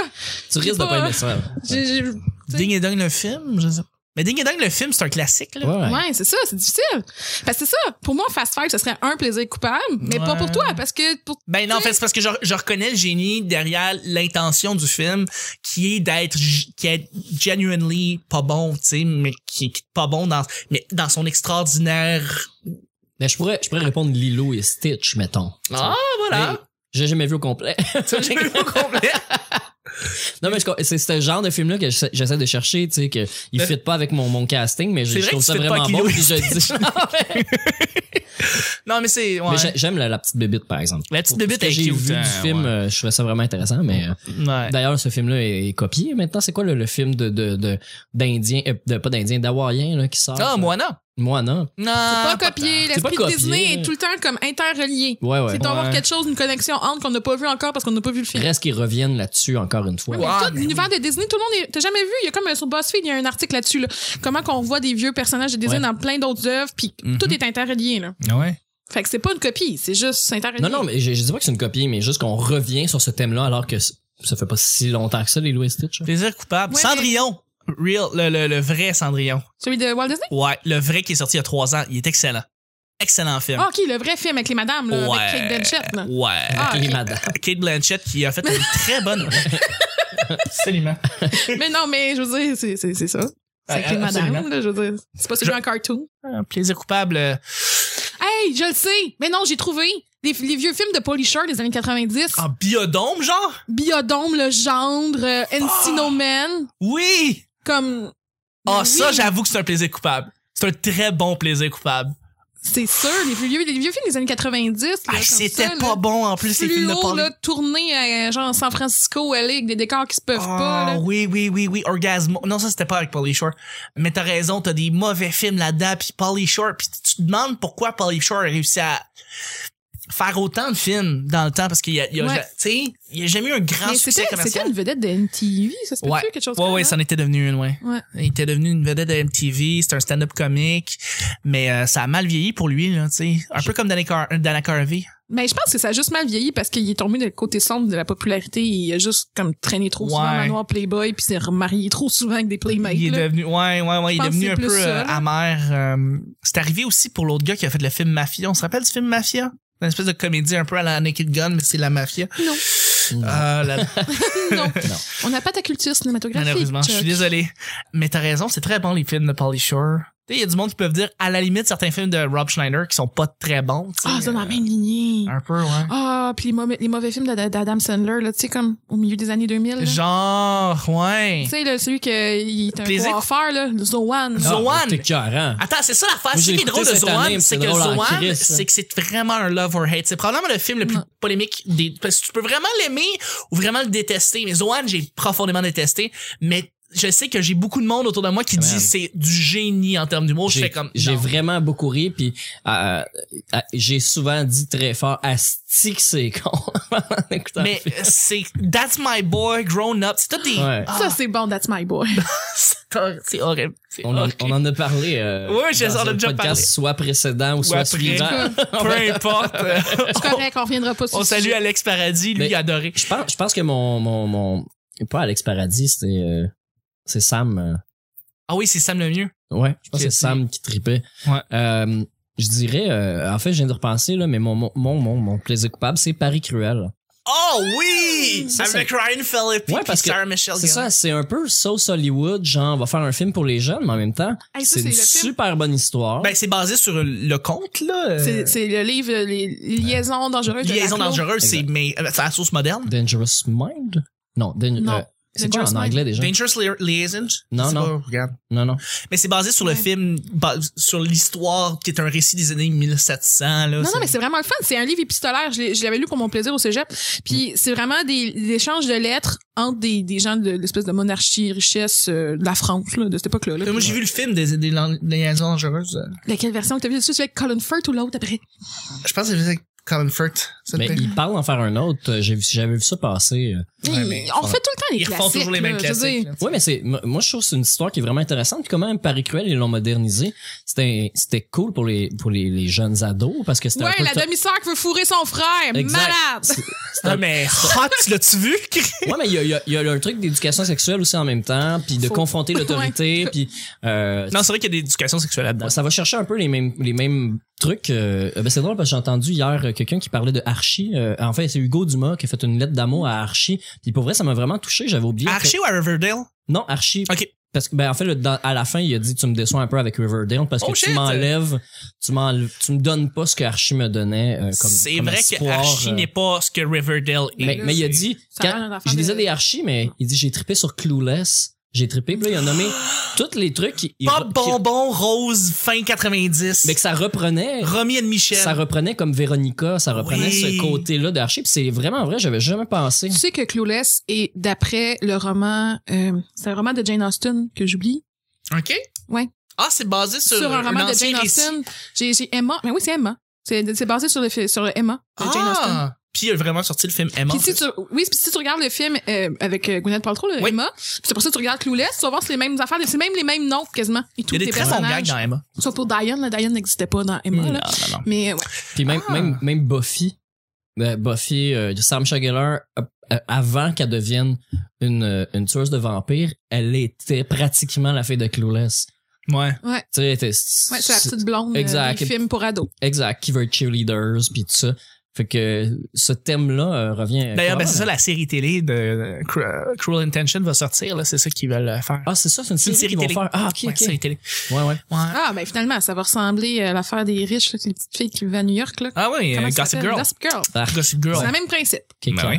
tu risques de pas aimer ça.
je- je-
ou Ding et Dong le film, je sais pas. Mais Ding et Dong le film, c'est un classique, là.
Ouais.
ouais, c'est ça, c'est difficile. Parce que c'est ça, pour moi, Fast Five, ce serait un plaisir coupable, mais pas pour
Ouais.
toi, parce que pour
Ben non, en fait, c'est parce que je, je reconnais le génie derrière l'intention du film qui est d'être g- qui est genuinely pas bon, tu sais, mais qui, qui est pas bon dans mais dans son extraordinaire.
Mais je pourrais, je pourrais répondre Lilo et Stitch, mettons. Mais J'ai jamais vu au complet.
Mais- J'ai le mot complet.
non, mais je com- c'est ce genre de film-là que j'essa- j'essaie de chercher, tu sais, que il
Mais-
fit pas avec mon, mon casting, mais
C'est
je, je
vrai
trouve
que
ça
tu fit pas
vraiment
avec
bon,
Lilo et
puis je le dis.
Non, mais c'est ouais.
Mais j'ai- j'aime la, la petite bébite, par exemple.
La petite
Pour tout
bébite,
ce que
elle est
j'ai
cute,
vu
hein,
du film,
ouais.
euh, je trouvais ça vraiment intéressant, mais euh,
Ouais.
d'ailleurs, ce film-là est, est copié. Maintenant, c'est quoi le, le film de, de, de, d'Indien, euh, de- pas d'Indien, d'Hawaïen, là, qui sort? euh,
Ah,
ça?
moi non.
Moi, non.
Non.
pas
pas
copier,
C'est Ah, pas
l'esprit de
copié,
Disney
là.
est tout le temps comme interrelié.
Ouais, ouais.
C'est d'avoir
Ouais.
quelque chose, une connexion entre qu'on n'a pas vu encore parce qu'on n'a pas vu le film.
Reste qu'ils reviennent là-dessus encore une fois.
Mais
Ouais,
tout
mais
l'univers de Disney, tout le monde est. T'as jamais vu? Il y a comme euh, sur BuzzFeed, il y a un article là-dessus, là. Comment qu'on voit des vieux personnages de Disney
Ouais. Mm-hmm. tant
dans plein d'autres œuvres, puis
Mhm.
tout est interrelié, là.
tant. Ouais.
Fait que c'est pas une copie, c'est juste c'est interrelié.
Non, non, mais je, je dis pas que c'est une copie, mais juste qu'on revient sur ce thème-là alors que c- ça fait pas si longtemps que ça, les Lilo et Stitch.
Plaisir coupable.
Ouais,
Cendrillon. Real, le, le, le vrai Cendrillon.
Celui de Walt Disney?
Ouais, le vrai qui est sorti il y a trois ans. Il est excellent. Excellent film.
Ah, ok, le vrai film avec les madames, là,
ouais.
avec Kate Blanchett, là.
Ouais.
Ah,
Les
ok.
madames.
Kate Blanchett qui a fait une très bonne. Absolument.
mais non, mais je veux dire, c'est, c'est, c'est ça. C'est avec
Ouais,
les
absolument.
madames, là, je veux dire. C'est pas celui
Je-
en cartoon.
Un plaisir coupable. euh,
Hey, je le sais! Mais non, j'ai trouvé! Les, les vieux films de Polly Shore des années 90.
En biodôme, genre?
Biodome, le gendre, euh, Encino Man,
Oui!
comme.
Ah,
Oui,
ça, j'avoue que c'est un plaisir coupable. C'est un très bon plaisir coupable.
C'est sûr, les vieux, les vieux films des années 90. là,
Ah,
comme
c'était
ça,
pas
là.
bon en plus, ces films de
Fluo,
Paul.
là, tourné à genre San Francisco, LA, avec des décors qui se peuvent pas.
Ah,
Là.
oui, oui, oui, oui. Orgasmo. Non, ça, c'était pas avec Polly Shore. Mais t'as raison, t'as des mauvais films là-dedans, puis Polly Shore. Puis tu te demandes pourquoi Polly Shore a réussi à faire autant de films dans le temps, parce qu'il y a, il y a,
Ouais.
ja- tu sais, il y a jamais eu un grand
Mais
succès
c'était c'était
commercial.
une vedette de MTV, ça se peut
Ouais.
quelque chose
Ouais,
comme
ouais, ça en était devenu une, ouais.
Ouais.
Il était devenu une vedette de MTV, c'était un stand-up comique, mais euh, ça a mal vieilli pour lui, là, tu sais. Un peu comme Dana, Car- Dana Carvey.
Mais je pense que ça a juste mal vieilli parce qu'il est tombé du côté sombre de la popularité. Il a juste comme traîné trop souvent
Ouais.
dans le manoir Playboy puis s'est remarié trop souvent avec des Playmates.
il est
là.
devenu, ouais, ouais, ouais, il est
Ben, pense
devenu
que
un
c'est
peu
plus ça,
euh,
là.
amer. euh, c'est arrivé aussi pour l'autre gars qui a fait le film Mafia. On se rappelle du film Mafia? Une espèce de comédie un peu à la Naked Gun, mais c'est la mafia.
Non,
Ah, là, là,
non. On n'a pas ta culture cinématographique.
malheureusement, je
Chuck.
suis désolé. Mais t'as raison, c'est très bon les films de Polly Shore. Tu sais, Il y a du monde qui peuvent dire, à la limite, certains films de Rob Schneider qui sont pas très bons. tu sais,
Ah, c'est dans la
euh,
même lignée.
Un peu, ouais.
Ah, puis les mauvais, les mauvais films d'Ad- d'Adam Sandler, là, tu sais, comme au milieu des années 2000. là.
Genre, ouais.
Tu sais, là, celui qui est un
Plaisir.
coiffeur, là, le Zoan.
Ah, Zoan.
T'es écœurant.
Attends, c'est ça l'affaire.
Moi,
Ce
j'ai
qui est
écouté
drôle de
cette année,
Zoan,
mais
c'est
c'est
que
drôle en
Zoan,
Christ, hein. ça.
c'est que c'est vraiment un love or hate. C'est probablement le film le plus
Ouais.
polémique des, parce que tu peux vraiment l'aimer ou vraiment le détester. Mais Zoan, j'ai profondément détesté. Mais je sais que j'ai beaucoup de monde autour de moi qui
Man.
dit c'est du génie en termes d'humour. Je
J'ai
fais comme.
j'ai
non.
vraiment beaucoup ri, puis euh, euh, j'ai souvent dit très fort, asti que c'est con en écoutant le
Mais
film.
c'est That's My Boy, Grown Up. C'est tout des.
Ouais.
Ah,
Ça, c'est bon, that's my boy.
c'est hor- c'est horrible. C'est
On, en-
horrible.
on en a parlé euh,
Ouais, j'ai- on
dans
a
un
déjà
podcast
parlé.
soit précédent ou,
Ou
soit
après.
suivant.
Peu importe.
C'est correct, on reviendra pas sur
on
le
salue
sujet.
Alex Paradis. Lui,
Mais-
il a adoré.
Je pense, je pense que mon, mon, mon... Pas Alex Paradis, c'est euh, c'est Sam... euh,
Ah oui, c'est Sam le mieux.
Ouais, je pense
Qui
que c'est
était-
Sam qui tripait.
Ouais.
Euh, je dirais, euh, en fait, je viens de repenser, là, mais mon, mon, mon, mon, mon plaisir coupable, c'est Paris Cruel.
Oh oui!
Ça,
Avec Ryan Phillippe
Ouais,
et
parce que
Sarah Michelle
C'est
Gellar.
ça, c'est un peu Sauce Hollywood, genre, on va faire un film pour les jeunes, mais en même temps,
Hey, ça,
c'est une
le film.
super bonne histoire.
Ben, c'est basé sur le conte, là.
C'est c'est le livre euh, Les liaisons dangereuses. de
Liaison
Laclos.
dangereuse, c'est
Exact.
mais euh, c'est la sauce moderne.
Dangerous Mind? Non, Dan-
Non.
euh, C'est quoi en
Dangerous
anglais déjà?
Dangerous Lia- Liaisons?
Non,
Je sais
non.
pas, regarde.
Non, non.
Mais c'est basé sur le
Ouais.
film, ba- sur l'histoire qui est un récit des années 1700. Là,
Non, non, mais c'est vraiment le fun. C'est un livre épistolaire. Je l'ai- je l'avais lu pour mon plaisir au cégep. Puis c'est vraiment des, des échanges de lettres entre des, des gens de l'espèce de monarchie, richesse euh, de la France, là, de cette époque-là. là.
Comme Moi, j'ai vu le film des, des, lan- des liaisons dangereuses.
Laquelle version que t'as vu dessus? C'est avec Colin Firth ou l'autre après?
Je pense que c'est avec Colin Firth. ça
Mais
te plaît?
Ben, il parle d'en faire un autre. euh, j'ai vu- J'avais vu ça passer. euh.
Ouais,
Ils-
mais-
on fait tout le temps les
Ils
classiques.
refont toujours les mêmes
là, je veux
classiques.
dire.
là.
Ouais, mais c'est, moi- moi, je trouve que c'est une histoire qui est vraiment intéressante. Puis quand même, Paris Cruel, ils l'ont modernisé. C'était, c'était cool pour les, pour les, les jeunes ados parce que c'était un
Ouais,
peu
la
le-
demi-sœur qui veut fourrer son frère.
Exact.
Malade!
C'est-
Ah, mais hot, l'as-tu vu?
Ouais, mais il y a, il y a- il y a un truc d'éducation sexuelle aussi en même temps, puis de
Faut-
confronter l'autorité,
Ouais.
puis euh,
non, c'est vrai qu'il y a des éducations sexuelles là-dedans.
ça va chercher un peu les mêmes les mêmes trucs. euh, ben c'est drôle parce que j'ai entendu hier euh, quelqu'un qui parlait de Archie. euh, en fait, c'est Hugo Dumas qui a fait une lettre d'amour à Archie. Puis pour vrai, ça m'a vraiment touché. J'avais oublié.
Archie ou à Riverdale?
Non, Archie.
Ok.
Parce que ben en fait, le- dans- à la fin, il a dit tu me déçois un peu avec Riverdale parce que
Oh,
tu
shit!
m'enlèves, tu m'enlèves, tu me donnes pas ce que Archie me donnait euh, comme
C'est
comme
vrai que
espoir,
Archie
euh,
n'est pas ce que Riverdale est.
mais,
là,
mais il a
c'est-
dit,
ça a l'air
quand,
d'en faire
je lisais
de-
des archis, mais il dit j'ai trippé sur Clueless, j'ai trippé, puis là, il a nommé tous les trucs qui, il
Pas
re- qui-
bonbon rose fin 90.
mais que ça reprenait,
Romy et Michel.
ça reprenait comme Véronica, ça reprenait
Oui.
ce côté-là d'archis, puis c'est vraiment vrai, j'avais jamais pensé.
Tu sais que Clueless est d'après le roman, euh, c'est un roman de Jane Austen que j'oublie.
OK.
Ouais.
Ah, c'est basé sur,
Sur, un roman de
ancien
Jane
récit.
Austen. J'ai j'ai Emma. Mais oui, c'est Emma. C'est c'est basé sur le, fi- sur le Emma de Jane Austen.
Ah! Puis il a vraiment sorti le film Emma.
Puis si tu, oui, puis si tu regardes le film euh, avec euh, Gwyneth Paltrow, le
Oui.
Emma, puis c'est pour ça que tu regardes Clueless, tu vas voir c'est les mêmes affaires, c'est même les mêmes noms quasiment. Et tous
il y a des
tes
très bons gags
personnages.
dans Mm. Emma.
Sauf pour Diane, là, Diane n'existait pas dans Emma.
Non, non,
Là.
non.
Mais euh, ouais.
Puis même,
Ah.
même, même Buffy, euh, Buffy, euh, Sam Shageler, euh, euh, avant qu'elle devienne une, euh, une tueuse de vampires, elle était pratiquement la fille de Clueless.
Ouais.
Tu sais, elle était-
Ouais, c'est la petite blonde euh,
Exact.
des films pour ados.
Exact, qui veut être cheerleaders puis tout ça. Fait que ce thème-là euh, revient.
D'ailleurs, ben,
clairement.
c'est ça, la série télé de Cru- euh, Cruel Intention va sortir, là. C'est ça qu'ils veulent euh, faire.
Ah, c'est ça, c'est une
C'est une
série,
série
qu'ils vont
télé.
faire. Ah, ok,
Ouais,
ok.
série télé.
Ouais, ouais.
Ouais.
Ah, ben finalement, ça va ressembler à l'affaire des riches, là, c'est une petite fille qui vivait à New York. Là.
Ah oui,
Comment
euh,
ça
Gossip
s'appelle?
Girl.
Gossip Girl.
Ah,
Gossip Girl.
C'est le même principe.
Ben
ok, clair.
oui.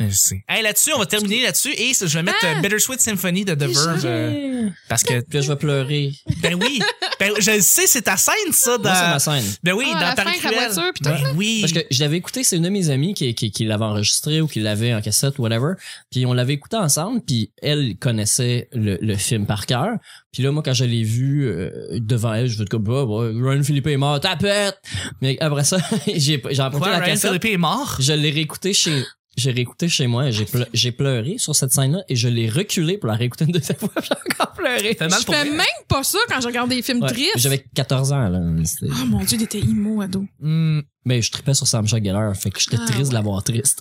Je sais. Hey, là-dessus, on va terminer là-dessus et je vais mettre
Ah!
euh, Bittersweet Symphony de The
Déjà.
Verve. euh, parce que,
Puis là, je vais pleurer.
ben oui, ben, je le sais, c'est ta scène, ça, dans,
Moi, c'est ma scène.
ben oui,
Ah, à
dans
la
Paris
fin, avec la
Cruel.
voiture, puis tout,
ben oui.
Parce que je l'avais écouté, c'est une de mes amies qui, qui, qui l'avait enregistré ou qui l'avait en cassette, whatever. Puis on l'avait écouté ensemble, puis elle connaissait le, le film par cœur. Puis là, moi, quand je l'ai vu euh, devant elle, je veux comme, bah, bah, Ryan Philippe est mort, tapette! Mais après ça, j'ai j'ai emprunté
Pourquoi
la
Ryan
cassette.
Philippe est mort?
Je l'ai réécouté chez j'ai réécouté chez moi, j'ai pleu- j'ai pleuré sur cette scène-là et je l'ai reculé pour la réécouter une deuxième fois, j'ai encore pleuré.
Fait mal
Je
pour
fais
elle.
même pas ça quand je regarde des films
Ouais,
tristes.
J'avais 14 ans là, c'était-
Oh mon dieu, il était immo ado.
Hmm.
mais je tripais sur Sam Shageler, fait que j'étais
Ah,
triste de
ouais.
l'avoir triste.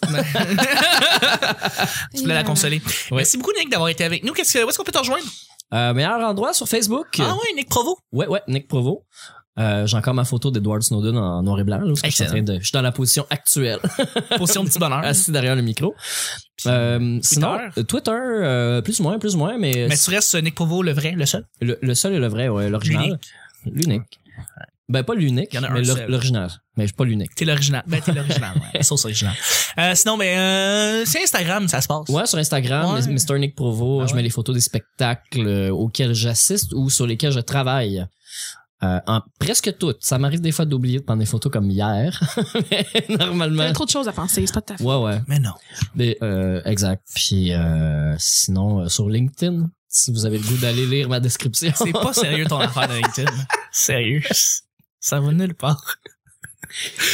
tu voulais
Ah.
la
euh,
consoler. Merci beaucoup, Nick, d'avoir été avec nous. Qu'est-ce que, où est-ce qu'on peut te rejoindre?
Euh, meilleur endroit sur Facebook.
Ah ouais, Nick Provo.
ouais ouais, Nick Provo. Euh, j'ai encore ma photo d'Edward Snowden en noir et blanc. là, parce que je, suis en train de- je suis dans la position actuelle,
Potion petit bonheur.
assis derrière le micro. Euh, sinon, euh, Twitter, euh, plus ou moins, plus ou moins, mais,
Mais tu restes euh, Nick Provo, le vrai, le seul.
le, le seul est le vrai, ouais, l'original. L'unique. Ben, pas l'unique,
Il y en a un
mais l'or-
seul.
l'original. Mais pas l'unique.
T'es l'original. Ben, t'es l'original, ouais. La sauce originale. Euh, sinon, mais, euh, c'est Instagram, ça se passe.
Ouais, sur Instagram,
Ouais.
Mr. Nick Provo,
Ah
je
ouais.
mets les photos des spectacles euh, auxquels j'assiste ou sur lesquels je travaille. Euh, en presque toutes. Ça m'arrive des fois d'oublier de prendre des photos comme hier. mais normalement.
J'avais trop de choses à penser, c'est pas de ta faute.
Ouais, ouais.
Mais non.
Mais, euh, exact. Puis euh, sinon, euh, sur LinkedIn, si vous avez le goût d'aller lire ma description.
C'est pas sérieux ton affaire de LinkedIn. Sérieux. Ça va nulle part.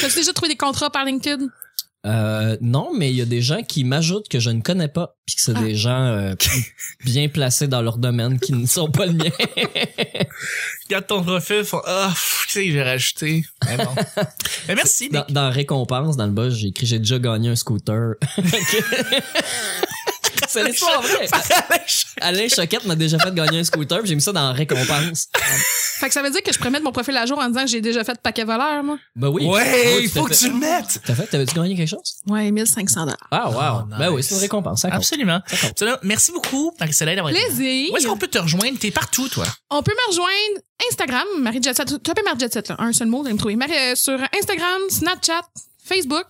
T'as déjà trouvé des contrats par LinkedIn?
Euh, non, mais il y a des gens qui m'ajoutent que je ne connais pas, puis que c'est
Ah.
des gens euh, bien placés dans leur domaine qui ne sont pas le mien.
Regarde ton profil, font, ah, pff, tu sais, j'ai rajouté. Mais bon. Mais merci,
dans,
Nick.
dans récompense, dans le bas, j'ai écrit j'ai déjà gagné un scooter. c'est l'histoire vraie. Alain Choquette m'a déjà fait gagner un scooter, puis j'ai mis ça dans récompense.
Fait que ça veut dire que je pourrais mettre mon profil à jour en disant que j'ai déjà fait de paquet voleur, moi.
Ben oui.
Ouais, il
tout à
faut que
fait.
tu le mettes.
T'as fait, t'avais-tu gagné quelque chose?
Ouais, 1500 dollars.
Ah, wow.
Oh,
Ben
nice.
oui, c'est une récompense. Ça compte.
Absolument.
Ça compte.
Cela, Merci beaucoup, Marie-Soleil, d'avoir été là.
Plaisir.
Où est-ce qu'on peut te rejoindre? T'es partout, toi.
On peut me rejoindre Instagram, Marie Jet Set. Tapez Marie Jet Set, là. Un seul mot, vous allez me trouver. Marie- euh, sur Instagram, Snapchat, Facebook.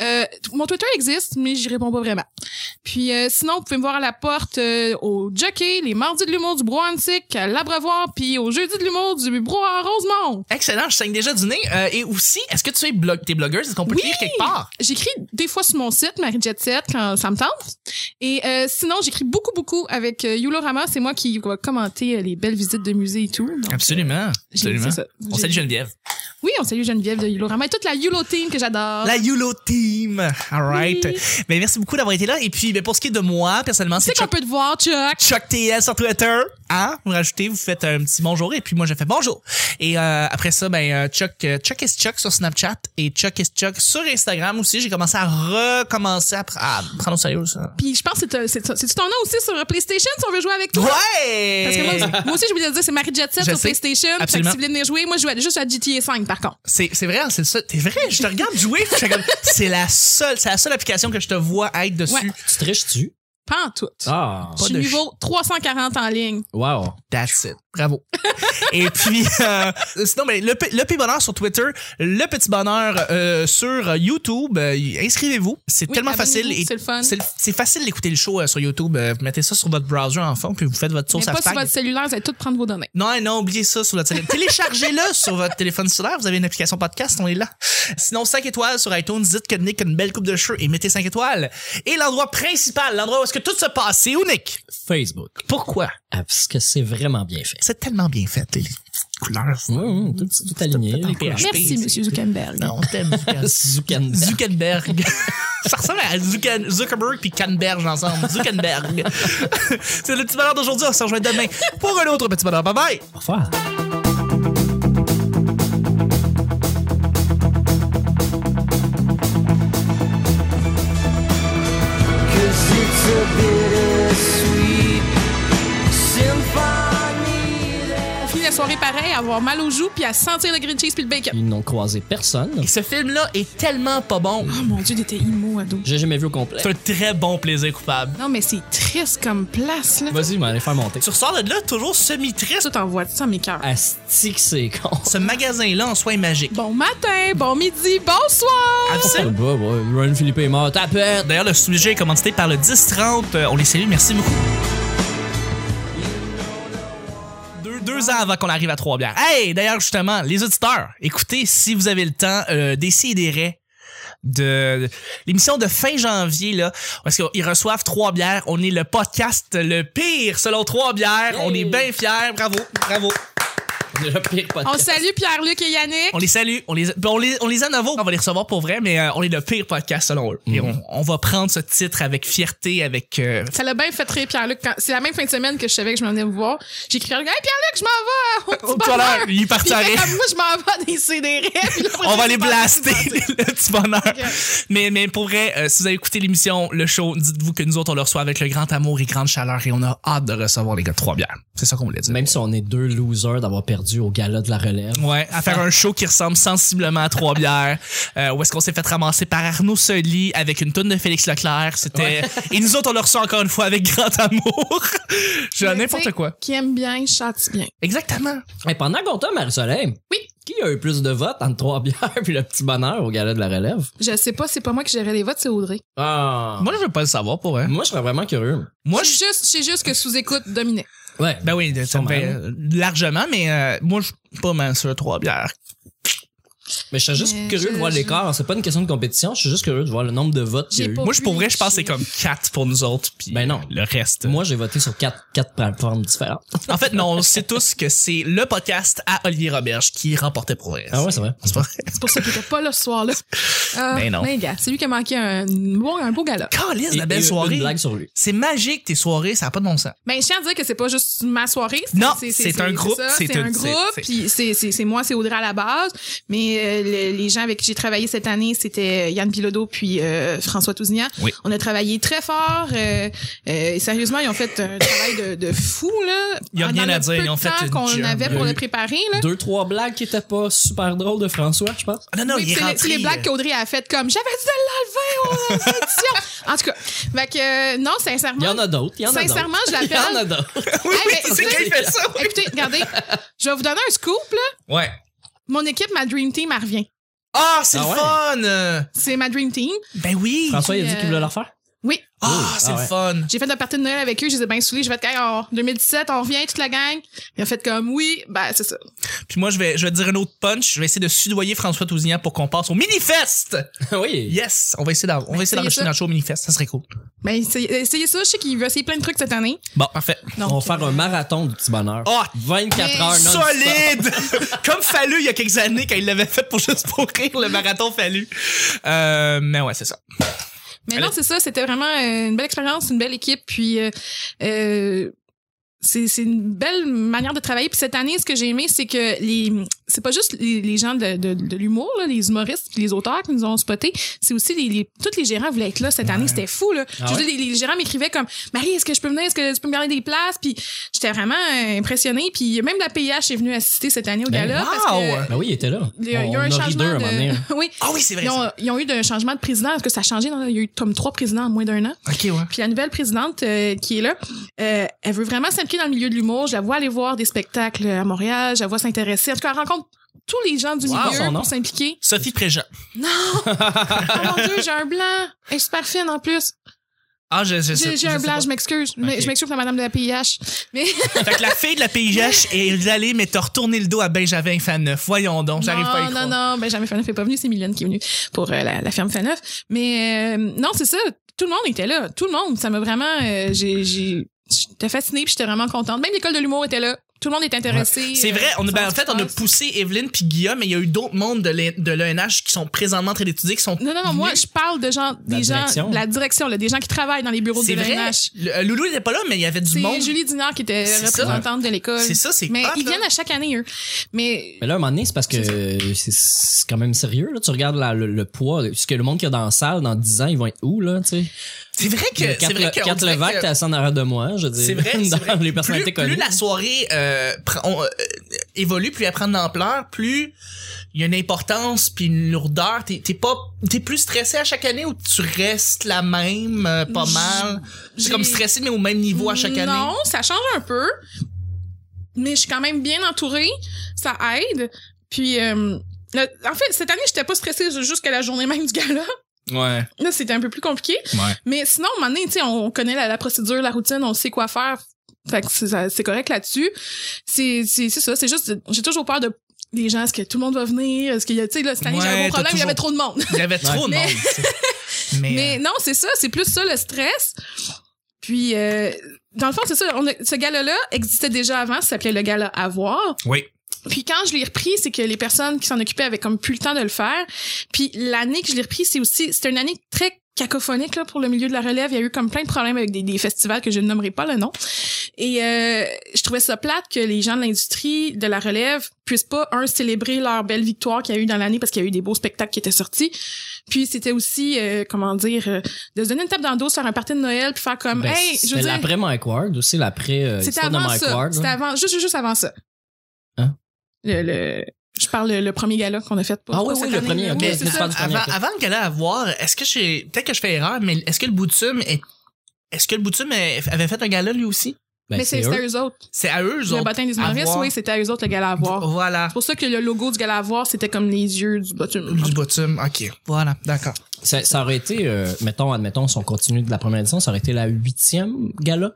Euh, mon Twitter existe, mais j'y réponds pas vraiment. Puis euh, sinon, vous pouvez me voir à la porte euh, au Jockey, les mardis de l'humour du Broantic, à l'Abreuvoir, puis au jeudi de l'humour du Bro à Rosemont.
Excellent, je saigne déjà du nez. Euh, et aussi, est-ce que tu es blog, t'es blogueuse? Est-ce qu'on peut
Oui!
te lire quelque part?
J'écris des fois sur mon site, Marie Jet Set, quand ça me tente. Et euh, sinon, j'écris beaucoup, beaucoup avec euh, Yulorama. C'est moi qui va commenter euh, les belles visites de musées et tout. Donc,
Absolument.
j'ai-
Absolument.
c'est ça.
On
J'ai-
salue Geneviève.
Oui, on salue Geneviève de Yulorama et toute la Yulo team que j'adore.
La YOLO Team. All right.
Ah. Oui.
Ben, merci beaucoup d'avoir été là. Et puis, ben, pour ce qui est de moi, personnellement,
Tu sais
c'est Chuck,
qu'on peut te voir, Chuck.
Chuck TL sur Twitter. Hein? Vous rajoutez, vous faites un petit bonjour. Et puis, moi, je fais bonjour. Et euh, après ça, ben, euh, Chuck, euh, Chuck is Chuck sur Snapchat et Chuck is Chuck sur Instagram aussi. J'ai commencé à recommencer à, pr- à prendre au sérieux ça.
Puis je pense que c'est euh, c'est- c'est-tu ton nom aussi sur euh, PlayStation si on veut jouer avec toi.
Ouais!
Parce que moi, aussi- moi aussi, je voulais dire, c'est Marie Jet Set
Je
sur
sais.
PlayStation. Fait que si
Absolument.
vous voulez venir jouer, moi, je jouais juste à GTA 5, par contre.
C'est, c'est vrai, hein, c'est ça. T'es vrai, je te regarde jouer. puis je fais comme, c'est la seule, c'est la seule application que je te vois être dessus.
Ouais.
Tu triches-tu?
Pas en tout.
Ah,
je suis
de
niveau 340 en ligne.
wow.
That's it. Bravo. Et puis, euh, sinon, ben, le, P- le P Bonheur sur Twitter, le Petit Bonheur euh, sur YouTube. euh, y- inscrivez-vous. C'est
Oui,
tellement facile.
abonnez-vous,
et
C'est le fun.
c'est, le- c'est facile d'écouter le show euh, sur YouTube. Euh, vous mettez ça sur votre browser en fond, puis vous faites votre
Mais
source à
pas sur
fag.
votre cellulaire, vous allez tout prendre vos données.
Non, non, oubliez ça sur votre téléphone. Téléchargez-le sur votre téléphone cellulaire. Vous avez une application podcast, on est là. Sinon, 5 étoiles sur iTunes. Dites que Nick a une belle coupe de cheveux et mettez 5 étoiles. Et l'endroit principal, l'endroit où est-ce que tout se passe, c'est où, Nick?
Facebook.
Pourquoi?
Ah, parce que c'est vraiment bien fait.
C'est tellement bien fait, les couleurs.
Oui, oui, tout, tout aligné. les couleurs.
Je
Merci,
pèse,
Monsieur Zuckerberg.
Non, on t'aime, Zuckerberg.
Zuckerberg.
Zuckerberg. Ça ressemble à Zucker- Zuckerberg puis Canberge ensemble. Zuckerberg. c'est le petit bonheur d'aujourd'hui. On se rejoint demain pour un autre petit bonheur. Bye bye.
Au revoir.
Cause it's a bittersweet symphony
On finit la soirée pareil, à avoir mal aux joues, puis à sentir le green cheese puis le bacon.
Ils n'ont croisé personne.
Et ce film-là est tellement pas bon.
Oh mon Dieu, t'étais immo, ado.
J'ai jamais vu au complet.
C'est un très bon plaisir coupable.
Non, mais c'est triste comme place, là.
Vas-y, je vais aller faire monter.
Tu ressors de là toujours semi-triste.
Tout en voiture, ça, mes cœurs.
Asti que c'est con.
Ce magasin-là en soi est magique.
Bon matin, bon midi,
Oh,
bonsoir!
C'est
Absolument.
le bas, ouais. Ryan Philippe est mort. Tapette!
D'ailleurs, le sujet est commandité par le 10-30. Euh, On les salue, merci beaucoup. Deux, deux ans avant qu'on arrive à Trois-Bières. Hey, d'ailleurs, justement, les auditeurs, écoutez, si vous avez le temps, euh, des raies de de- l'émission de fin janvier là parce qu'ils reçoivent trois bières on est le podcast le pire selon trois bières on est bien fiers bravo bravo
Le pire podcast.
On salue Pierre-Luc et Yannick.
on les salue, on les, on les, on les a nouveau. On va les recevoir pour vrai, mais euh, on est le pire podcast selon eux. Et on, on va prendre ce titre avec fierté, avec. euh,
Ça l'a bien fait rire, Pierre-Luc. quand- C'est la même fin de semaine que je savais que je m'en venais vous voir. J'ai écrit Pierre-Luc, Hey, Pierre-Luc, je m'en vais! au
Au
petit
bonheur.
bonheur.
Il est parti
Puis
en
fait
rire.
comme Moi, je m'en vais à des CDR. puis là, après,
on va
je
les
sais pas
blaster,
ce qui se passe.
le petit bonheur. Mais, mais pour vrai, euh, si vous avez écouté l'émission, le show, dites-vous que nous autres, on le reçoit avec le grand amour et grande chaleur et on a hâte de recevoir les gars de trois bières. C'est ça qu'on voulait dire.
Même si on est deux losers d'avoir perdu au gala de la relève.
Ouais, à faire un show qui ressemble sensiblement à Trois Bières, euh, où est-ce qu'on s'est fait ramasser par Arnaud Soli avec une tonne de Félix Leclerc. C'était et nous autres on le reçoit encore une fois avec grand amour. Je
Mais tu
n'importe
sais,
quoi.
Qui aime bien, châtie bien.
Exactement.
Et pendant qu'on t'a, Marie-Soleil,
Oui.
qui a eu plus de votes entre trois bières puis le petit bonheur au gala de la relève?
Je sais pas, c'est pas moi qui gérais les votes, c'est Audrey.
Ah.
Moi je veux pas le savoir pour vrai.
Moi, je serais vraiment curieux.
Moi
Je
je
suis juste, je sais juste que sous-écoute dominait.
Ouais.
ben oui, ça me
Sûrement.
fait, euh, largement mais euh, moi je suis pas mal sur Trois Bières.
Mais je serais juste
Mais
curieux
Euh, je-
de voir l'écart. C'est pas une question de compétition. Je suis juste curieux de voir le nombre de votes qu'il y a
J'ai
eu.
pas-
Moi je pour vrai je pense que c'est
Obligé.
comme quatre pour nous autres puis euh,
Ben non.
le reste.
Moi, j'ai voté sur quatre, quatre plateformes différentes.
En fait non, on sait tous que c'est le podcast à Olivier Roberge qui remportait pour vrai.
Ah ouais, c'est vrai.
C'est pas vrai.
C'est pour ça qu'il était pas là ce soir-là. Euh,
Ben non.
Mais gars, c'est lui qui a manqué un, bon, un beau gala.
Calisse,
Et-
la
et
belle
Une
soirée.
blague sur lui.
C'est magique tes soirées, ça a pas de bon sens.
Ben, je tiens à dire que c'est pas juste ma soirée.
Non, c'est un groupe,
ça,
c'est
C'est un
une-
groupe.
c'est- c'est-
Puis c'est- c'est c'est moi, c'est Audrey à la base. Mais euh, le- les gens avec qui j'ai travaillé cette année, c'était Yann Pilodo puis euh, François Tousignan.
Oui.
On a travaillé très fort. euh, euh, et sérieusement, ils ont fait un travail de, de fou là.
Il y a
Dans
rien
le
à dire,
peu
ils
de
ont fait
temps
une
qu'on
job.
avait
Il y
pour
a
le
eu-
préparer là.
Deux, trois blagues qui étaient pas super drôles de François, je pense.
Ah non, non,
Oui,
il est
c'est les-
rentré,
c'est les blagues
euh,
qu'Audrey a faites comme j'avais dû l'enlever aux éditions. En tout cas, fait que, euh, non, sincèrement.
Il y en a d'autres. Il y en a d'autres.
Sincèrement, je
Il y en a
l'appelle.
d'autres.
euh, Oui,
Hey,
oui,
mais
c'est
tu sais-
qui fait ça?
Écoutez, regardez, je vais vous donner un scoop là.
Ouais.
Mon équipe, ma Dream Team, elle revient.
Ah, c'est
Ah
le
ouais.
fun! euh,
C'est ma dream team.
Ben oui!
François, il a dit
euh,
qu'il voulait le refaire.
Oui.
Ah, c'est
Ah
le
ouais.
fun!
J'ai fait la partie de Noël avec eux, je les ai bien saoulés. J'ai fait, hey, en 2017, on revient, toute la gang. Ils ont fait comme, oui, ben, c'est ça.
Puis moi, je vais, je vais te dire un autre punch. Je vais essayer de sudoyer François Tousignan pour qu'on passe au mini-fest!
oui.
Yes! On va essayer d'en- on va essayer
Ben, essayez
d'enregistrer
ça.
notre show au mini-fest. Ça serait cool.
Ben, essayez essayez ça. Je sais qu'il veut essayer plein de trucs cette année.
Bon, parfait.
Donc, Oh!
on va faire un marathon du petit bonheur.
Ah,
24
mais
heures non-stop.
Solide! Comme Fallu il y a quelques années quand il l'avait fait pour juste pour rire, le marathon Fallu. Euh, mais ouais, c'est ça.
Mais
Allez.
non, c'est ça, c'était vraiment euh, une belle expérience, une belle équipe, puis euh, euh, c'est c'est une belle manière de travailler. Puis cette année, ce que j'ai aimé, c'est que les c'est pas juste les, les gens de, de, de l'humour, là, les humoristes, puis les auteurs qui nous ont spotés, c'est aussi les, les tous les gérants voulaient être là cette année, c'était fou là. Je
Ah
veux
ouais?
dire, les, les gérants m'écrivaient comme Marie, est-ce que je peux venir, est-ce que tu peux me garder des places, puis j'étais vraiment euh, impressionnée. Puis même la PH est venue assister cette année au
Ben,
gala parce
wow!
que euh,
Ben oui, il était là.
il y a, il y a un
on a ri
changement
deux à un moment donné. hein.
de... oui.
Ah oui, c'est vrai.
Ils ont, euh, ils ont eu un changement de président. Est-ce que ça a changé? non, là? Il y a eu comme trois présidents en moins d'un an.
ça. Ok, ouais.
Puis la nouvelle présidente euh, qui est là, euh, elle veut vraiment s'impliquer dans le milieu de l'humour. Je la vois aller voir des spectacles à Montréal. Je la vois s'intéresser. En tout cas, elle rencontre tous les gens du
Wow,
son
milieu
nom.
pour s'impliquer.
Sophie Préjean.
Oh mon Dieu, j'ai un blanc. Elle est super fine en plus.
Ah, je, je sais-
J'ai j'ai
je
un
sais
blanc,
pas.
je m'excuse. Mais
Ok.
Je m'excuse pour la madame de la PIH. Mais
Fait que la fille de la PIH est allée, mais t'as retourné le dos à Benjamin Faneuf. Voyons donc, j'arrive pas à y
non,
croire.
Non, ben, non, Benjamin Faneuf n'est pas venu, c'est Mylène qui est venue pour euh, la, la ferme Faneuf. Mais euh, non, c'est ça, tout le monde était là, tout le monde. Ça m'a vraiment... euh, j'ai- j'ai- J'étais fascinée puis j'étais vraiment contente. Même l'école de l'humour était là. Tout le monde était intéressé.
C'est
euh,
vrai, on a, ben,
savoir
en
ce qui
fait, on
se
a
passe.
poussé Evelyne puis Guillaume, mais il y a eu d'autres mondes de l'E- de l'ENH qui sont présentement en train d'étudier, qui sont.
Non, non, non, moi, je parle de gens,
La
des gens,
direction.
de la direction, là, des gens qui travaillent dans les bureaux de
C'est vrai.
l'ONH.
Le- euh, Loulou, il était pas là, mais il y avait du
C'est
monde.
Julie Dinard qui était
C'est ça.
représentante de l'école.
C'est ça, c'est
Mais
hot,
ils
là.
viennent à chaque année, eux. Mais
Mais là, à un moment donné, c'est parce que euh, c'est c'est quand même sérieux. Là. Tu regardes la- le, le poids. Ce que le monde qu'il y a dans la salle, dans 10 ans, ils vont être où, là, tu sais?
C'est vrai que.
Il y a
c'est
Quatre
vrai que- on
quatre
dirait
Levac,
que-
t'es assis en arrière de moi, je veux dire.
C'est vrai, c'est
dans
vrai.
les
plus,
personnalités
plus
connues.
la soirée euh, prend- on, euh, évolue, plus elle prend de l'ampleur, plus il y a une importance puis une lourdeur. T'es t'es pas, t'es plus stressé à chaque année ou tu restes la même, euh, pas
J-
mal. C'est
j'ai-
comme stressé mais au même niveau à chaque année.
Non, ça change un peu. Mais je suis quand même bien entourée. Ça aide. Puis, euh, le- en fait, cette année, j'étais pas stressée jusqu'à la journée même du gala.
Ouais.
Ben,
Là, c'était un peu plus compliqué.
Ouais.
Mais sinon, à un moment donné, tu sais, on on connaît la, la procédure, la routine, on sait quoi faire. Fait que c'est ça- c'est correct là-dessus. C'est c'est- c'est ça. C'est juste, j'ai toujours peur de les gens. Est-ce que tout le monde va venir? Est-ce qu'il y a, tu sais, là, cette année,
Ouais,
j'avais un
t'as
gros problème, il y avait trop de monde.
Il y avait trop de
Mais-
monde. tu sais. Mais, euh,
Mais non, c'est ça, c'est plus ça le stress. Puis, euh, dans le fond, c'est ça, on a- ce gala-là existait déjà avant, ça s'appelait le gala à voir.
oui.
Puis quand je l'ai repris, c'est que les personnes qui s'en occupaient avaient comme plus le temps de le faire. Puis l'année que je l'ai repris, c'est aussi, c'était une année très cacophonique là, pour le milieu de la relève. Il y a eu comme plein de problèmes avec des, des festivals que je ne nommerai pas le nom. Et euh, je trouvais ça plate que les gens de l'industrie de la relève puissent pas, un, célébrer leur belle victoire qu'il y a eu dans l'année parce qu'il y a eu des beaux spectacles qui étaient sortis. Puis c'était aussi, euh, comment dire, euh, de se donner une tape dans le dos, se faire un party de Noël, puis faire comme,
Ben,
hey, je veux
c'était
dire,
l'après Mike Ward aussi, l'après euh,
c'était
l'histoire de
avant
Mike
ça.
Ward. hein.
C'était
là.
avant, juste, juste avant ça.
Hein?
Le, le- je parle le, le premier gala qu'on a fait pour
Ah
pour
oui,
cette
oui, le
année,
premier,
là.
ok,
Oui,
Mais
c'est
c'est
ça.
avant,
du premier
avant,
appel.
avant qu'elle aille à voir, est-ce que j'ai peut-être que je fais erreur, mais est-ce que le Boutum est, est-ce que le Boutum avait fait un gala lui aussi
Ben,
Mais c'est-
c'est
c'était
eux.
eux autres.
C'est à eux, eux
Le
autres,
bottin des
à
humoristes,
voir.
oui, c'était à eux autres le gala à
Oh.
voir.
Voilà.
C'est pour ça que le logo du gala à voir, c'était comme les yeux du bottin.
Du Boutum, ok. Voilà, d'accord.
Ça, ça aurait été, euh, mettons, admettons, si on continue de la première édition, ça aurait été la huitième gala.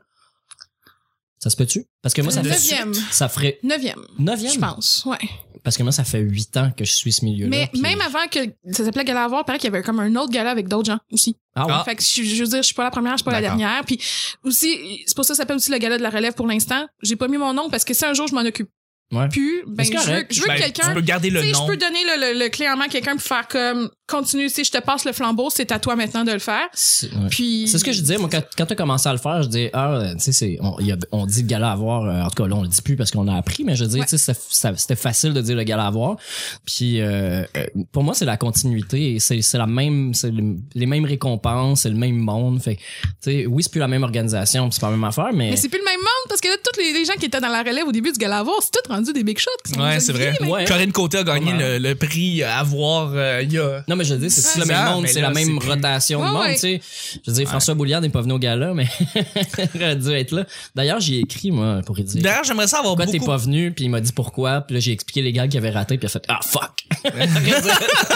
Ça se peut-tu? Parce que moi, ça
De
fait.
Neuvième.
Ça ferait
Neuvième, je
neuvième.
pense, ouais.
Parce que moi, ça fait huit ans que je suis ce milieu-là.
Mais
puis-
même avant que ça s'appelait gala à voir, paraît qu'il y avait comme un autre gala avec d'autres gens aussi.
Ah, ouais.
Ah.
Fait que je, je veux dire, je suis pas la première, je suis pas la
D'accord.
dernière. Puis aussi, c'est pour ça que ça s'appelle aussi le gala de la relève pour l'instant. J'ai pas mis mon nom parce que si un jour je m'en occupe
Ouais.
plus, ben
C'est
je veux,
correct.
je veux
Ben,
que quelqu'un
Tu peux garder le
Tu sais, je
nom.
peux donner le, le, le clé en main à quelqu'un pour faire comme continue, si je te passe le flambeau, c'est à toi maintenant de le faire.
C'est ouais.
Puis
C'est ce que je disais, moi, quand, quand t'as commencé à le faire, je dis, ah, euh, tu sais, c'est- on, il y a- on dit le gala à voir, euh, en tout cas, là, on le dit plus parce qu'on a appris, mais je dis,
Ouais.
tu sais, ça- ça- c'était facile de dire le gala à voir. Puis, euh, euh, pour moi, c'est la continuité, et c'est c'est la même, c'est le- les mêmes récompenses, c'est le même monde. Fait que, tu sais, oui, c'est plus la même organisation, puis c'est pas la même affaire, mais.
Mais c'est plus le même monde parce que là, tous les, les gens qui étaient dans la relève au début du gala à voir, c'est tout rendu des big shots. qui sont
Ouais,
dans
c'est
le
vrai.
vie, là.
Ouais.
Corinne Côté a gagné
Ouais.
le, le prix à voir euh, il y a.
Non, mais je veux dire, c'est tout le
Six
même
ans,
monde,
mais
c'est
là,
la même
c'est plus-
rotation de
Ouais,
monde,
ouais.
tu sais. Je veux dire, François Bouliard n'est pas venu au gala, mais il aurait dû être là. D'ailleurs, j'ai écrit, moi, pour lui dire.
D'ailleurs, j'aimerais ça avoir
Pourquoi t'es
beaucoup.
pas venu? Puis il m'a dit pourquoi. Puis là, j'ai expliqué les gars qui avaient raté. Puis il a fait Ah, fuck!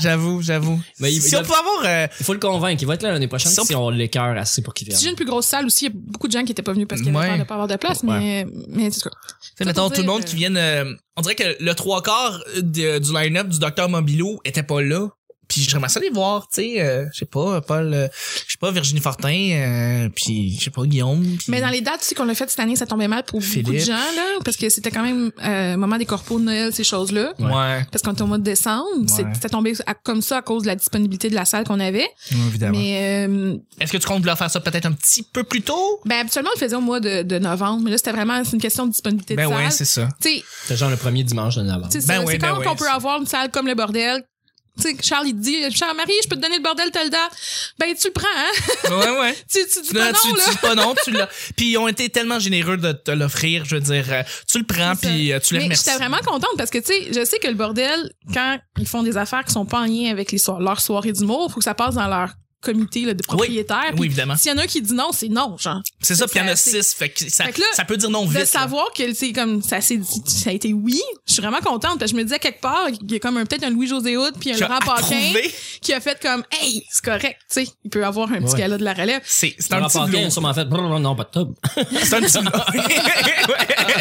J'avoue, j'avoue.
Mais il-
si
il
on
a-
peut avoir. euh,
Il faut le convaincre. Il va être là l'année prochaine
Ça,
si on l'écœure assez pour qu'il
Si j'ai
vienne.
une plus grosse salle aussi, il y a beaucoup de gens qui étaient pas venus parce qu'ils
Ouais.
avaient peur de pas avoir de place, mais, mais en tout cas.
Tu sais, mettons,
pour
tout le
dire,
monde
euh,
qui vient... on dirait que le trois quarts de- du line-up du Docteur Mobilo était pas là. Puis j'aimerais ça les voir, tu sais, euh, je sais pas, Paul, euh, je sais pas, Virginie Fortin, euh, puis je sais pas, Guillaume. puis-
Mais dans les dates aussi qu'on l'a fait cette année, ça tombait mal pour beaucoup
Philippe.
de gens, là, parce que c'était quand même euh, moment des corpos de Noël, ces choses-là.
Ouais. ouais.
Parce qu'on était au mois de décembre, c'est- c'était tombé à- comme ça à cause de la disponibilité de la salle qu'on avait.
évidemment.
Mais euh,
Est-ce que tu comptes vouloir faire ça peut-être un petit peu plus tôt?
ben habituellement on le faisait au mois de, de novembre, mais là c'était vraiment c'est une question de disponibilité
Ben
de
ouais, c'est
salle.
ça.
Tu sais,
C'est genre le premier dimanche de novembre.
Tu sais,
Ben
c'est
oui,
c'est
ben
quand
oui,
qu'on peut
c'est-
avoir une salle comme le bordel. Tu sais, Charles, il te dit, Charles, Marie, je peux te donner le bordel telle date. Ben, tu le prends, hein?
ouais, ouais.
tu, tu dis
Non,
pas Ah non,
tu,
là.
tu dis pas non, tu l'as. Puis ils ont été tellement généreux de te l'offrir, je veux dire, euh, tu le prends,
C'est ça.
puis euh, tu les
Mais
remercies.
j'étais vraiment contente parce que, tu sais, je sais que le bordel, quand ils font des affaires qui sont pas en lien avec les soir- leur soirée d'humour, faut que ça passe dans leur comité là, de propriétaires.
Oui,
Puis
évidemment.
S'il y en a un qui dit non, c'est non, genre.
C'est ça, puis il y en a
C'est-
six, fait que ça,
Fait que là,
ça peut dire non
de
vite. là.
savoir que c'est comme ça s'est dit ça a été oui je suis vraiment contente parce que je me disais quelque part il y a comme un- peut-être un Louis José Hood puis un
Qui a
Laurent Paquin
approuvé.
qui a fait comme hey c'est correct tu sais il peut avoir un petit
Ouais.
gala de la relève
C'est c'est
Laurent
un petit
Paquin
lot.
a sûrement fait Brrr, non, pas de tub.
C'est un petit lot.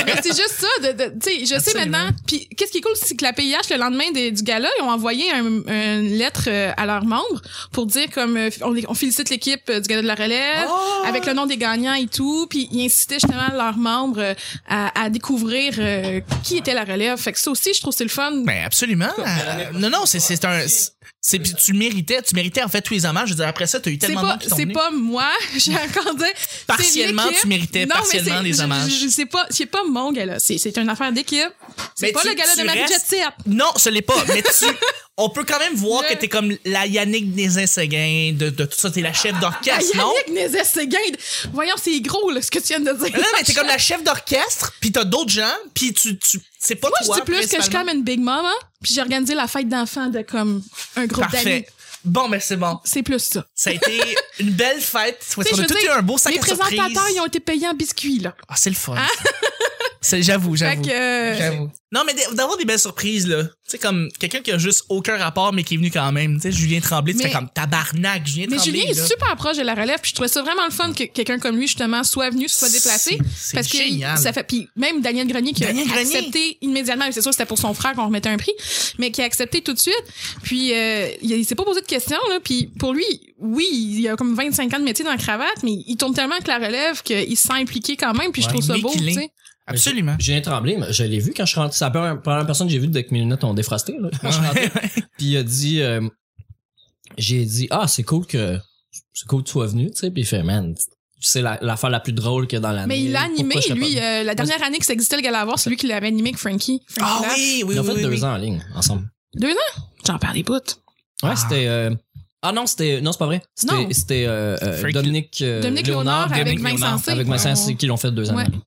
Mais c'est juste ça de, de- tu sais je sais
Absolument.
maintenant puis qu'est-ce qui est cool c'est que la PIH le lendemain des- du gala ils ont envoyé un- une lettre euh, à leurs membres pour dire comme euh, on, les- on félicite l'équipe euh, du gala de la relève
Oh!
avec le nom des gagnants et tout puis ils incitaient justement leurs membres euh, à, à découvrir euh, qui était la relève fait que ça aussi je trouve que c'est le fun
Ben absolument. Euh, non, non, c'est- c'est un. C'est puis tu le méritais, tu méritais en fait tous les hommages. Je veux dire, après ça, t'as eu
C'est
tellement de
pas,
monde qui t'ont
c'est
venu.
pas moi, j'ai encore dit. c'est
Partiellement,
l'équipe.
tu méritais
Non, mais c'est-
partiellement les
je-
hommages.
Je, je, sais pas, c'est pas mon gala. C'est, c'est une affaire d'équipe. C'est
Mais
pas
tu-
le gala
tu
de Marie
restes-
Jetset.
Non, ce l'est pas. Mais tu, on peut quand même voir
Le-
que t'es comme la Yannick Nézin-Séguin de, de tout ça. T'es la chef d'orchestre, non?
Yannick Nézet, c'est guide. Voyons, c'est gros, là, ce que tu viens de dire.
Non, mais t'es comme la chef d'orchestre, puis t'as d'autres gens, puis tu, tu, c'est pas
Moi,
toi.
je dis plus que je suis
principalement.
comme une big mom, hein, puis j'ai organisé la fête d'enfants de comme un groupe d'amis.
Parfait. Bon, mais c'est bon.
C'est plus ça.
Ça a été une belle fête. Parce
Tu
qu'on
sais, je
a
veux
tous eu
dire,
un beau sac
Les
à surprise.
présentateurs, ils ont été payés en biscuits, là.
Ah, c'est le fun. C'est- J'avoue,
Fait
j'avoue.
que, euh,
J'avoue. Non, mais d- d'avoir des belles surprises, là. Tu sais, comme quelqu'un qui a juste aucun rapport, mais qui est venu quand même. Tu sais, Julien Tremblay, tu
Mais-
fais comme tabarnak, Julien
Mais
Tremblay.
Julien est
là.
super proche de la relève, puis je trouvais ça vraiment le fun que quelqu'un comme lui justement soit venu, soit déplacé,
C'est
parce que
génial.
ça fait. Puis même Daniel Grenier qui
Daniel
a
Grenier.
accepté immédiatement, mais c'est sûr que c'était pour son frère qu'on remettait un prix, mais qui a accepté tout de suite. Puis euh, il, il s'est pas posé de questions là. Puis pour lui, oui, il a comme 25 ans de métier dans la cravate, mais il tourne tellement avec la relève qu'il se sent impliqué quand même. Puis je
Ouais,
trouve ça
mais
beau.
qu'il est.
tu sais.
Absolument.
J'ai tremblé, mais je l'ai vu quand je suis rentré. C'est la première, première personne que j'ai vue dès que mes lunettes ont défrosté. Là, quand je suis rentré. Puis il a dit, euh, j'ai dit, ah, c'est cool que, c'est cool que tu sois venu, tu sais. Puis il fait, man, c'est la- l'affaire la, plus drôle que dans l'année.
Mais il l'a animé
Ah, Pourquoi je serais
lui.
pas-
euh, la dernière année que ça existait le Galavoir, c'est lui qui l'avait animé avec Frankie.
Ah
Frankie Laff.
oui, oui,
Ils ont
oui,
fait
oui,
deux
oui.
ans en ligne, ensemble.
Deux ans. J'en parle des bouts.
Ouais,
Ah.
c'était. euh, Ah non, c'était. Non, c'est pas vrai. C'était-
Non.
C'était euh, euh,
Frank-
Dominique, euh,
Dominique Léonard, avec
Dominique
Vincent
Léonard,
C.
avec Vincent
Ouais.
C qui l'ont fait deux ans.
Ouais.
en ligne.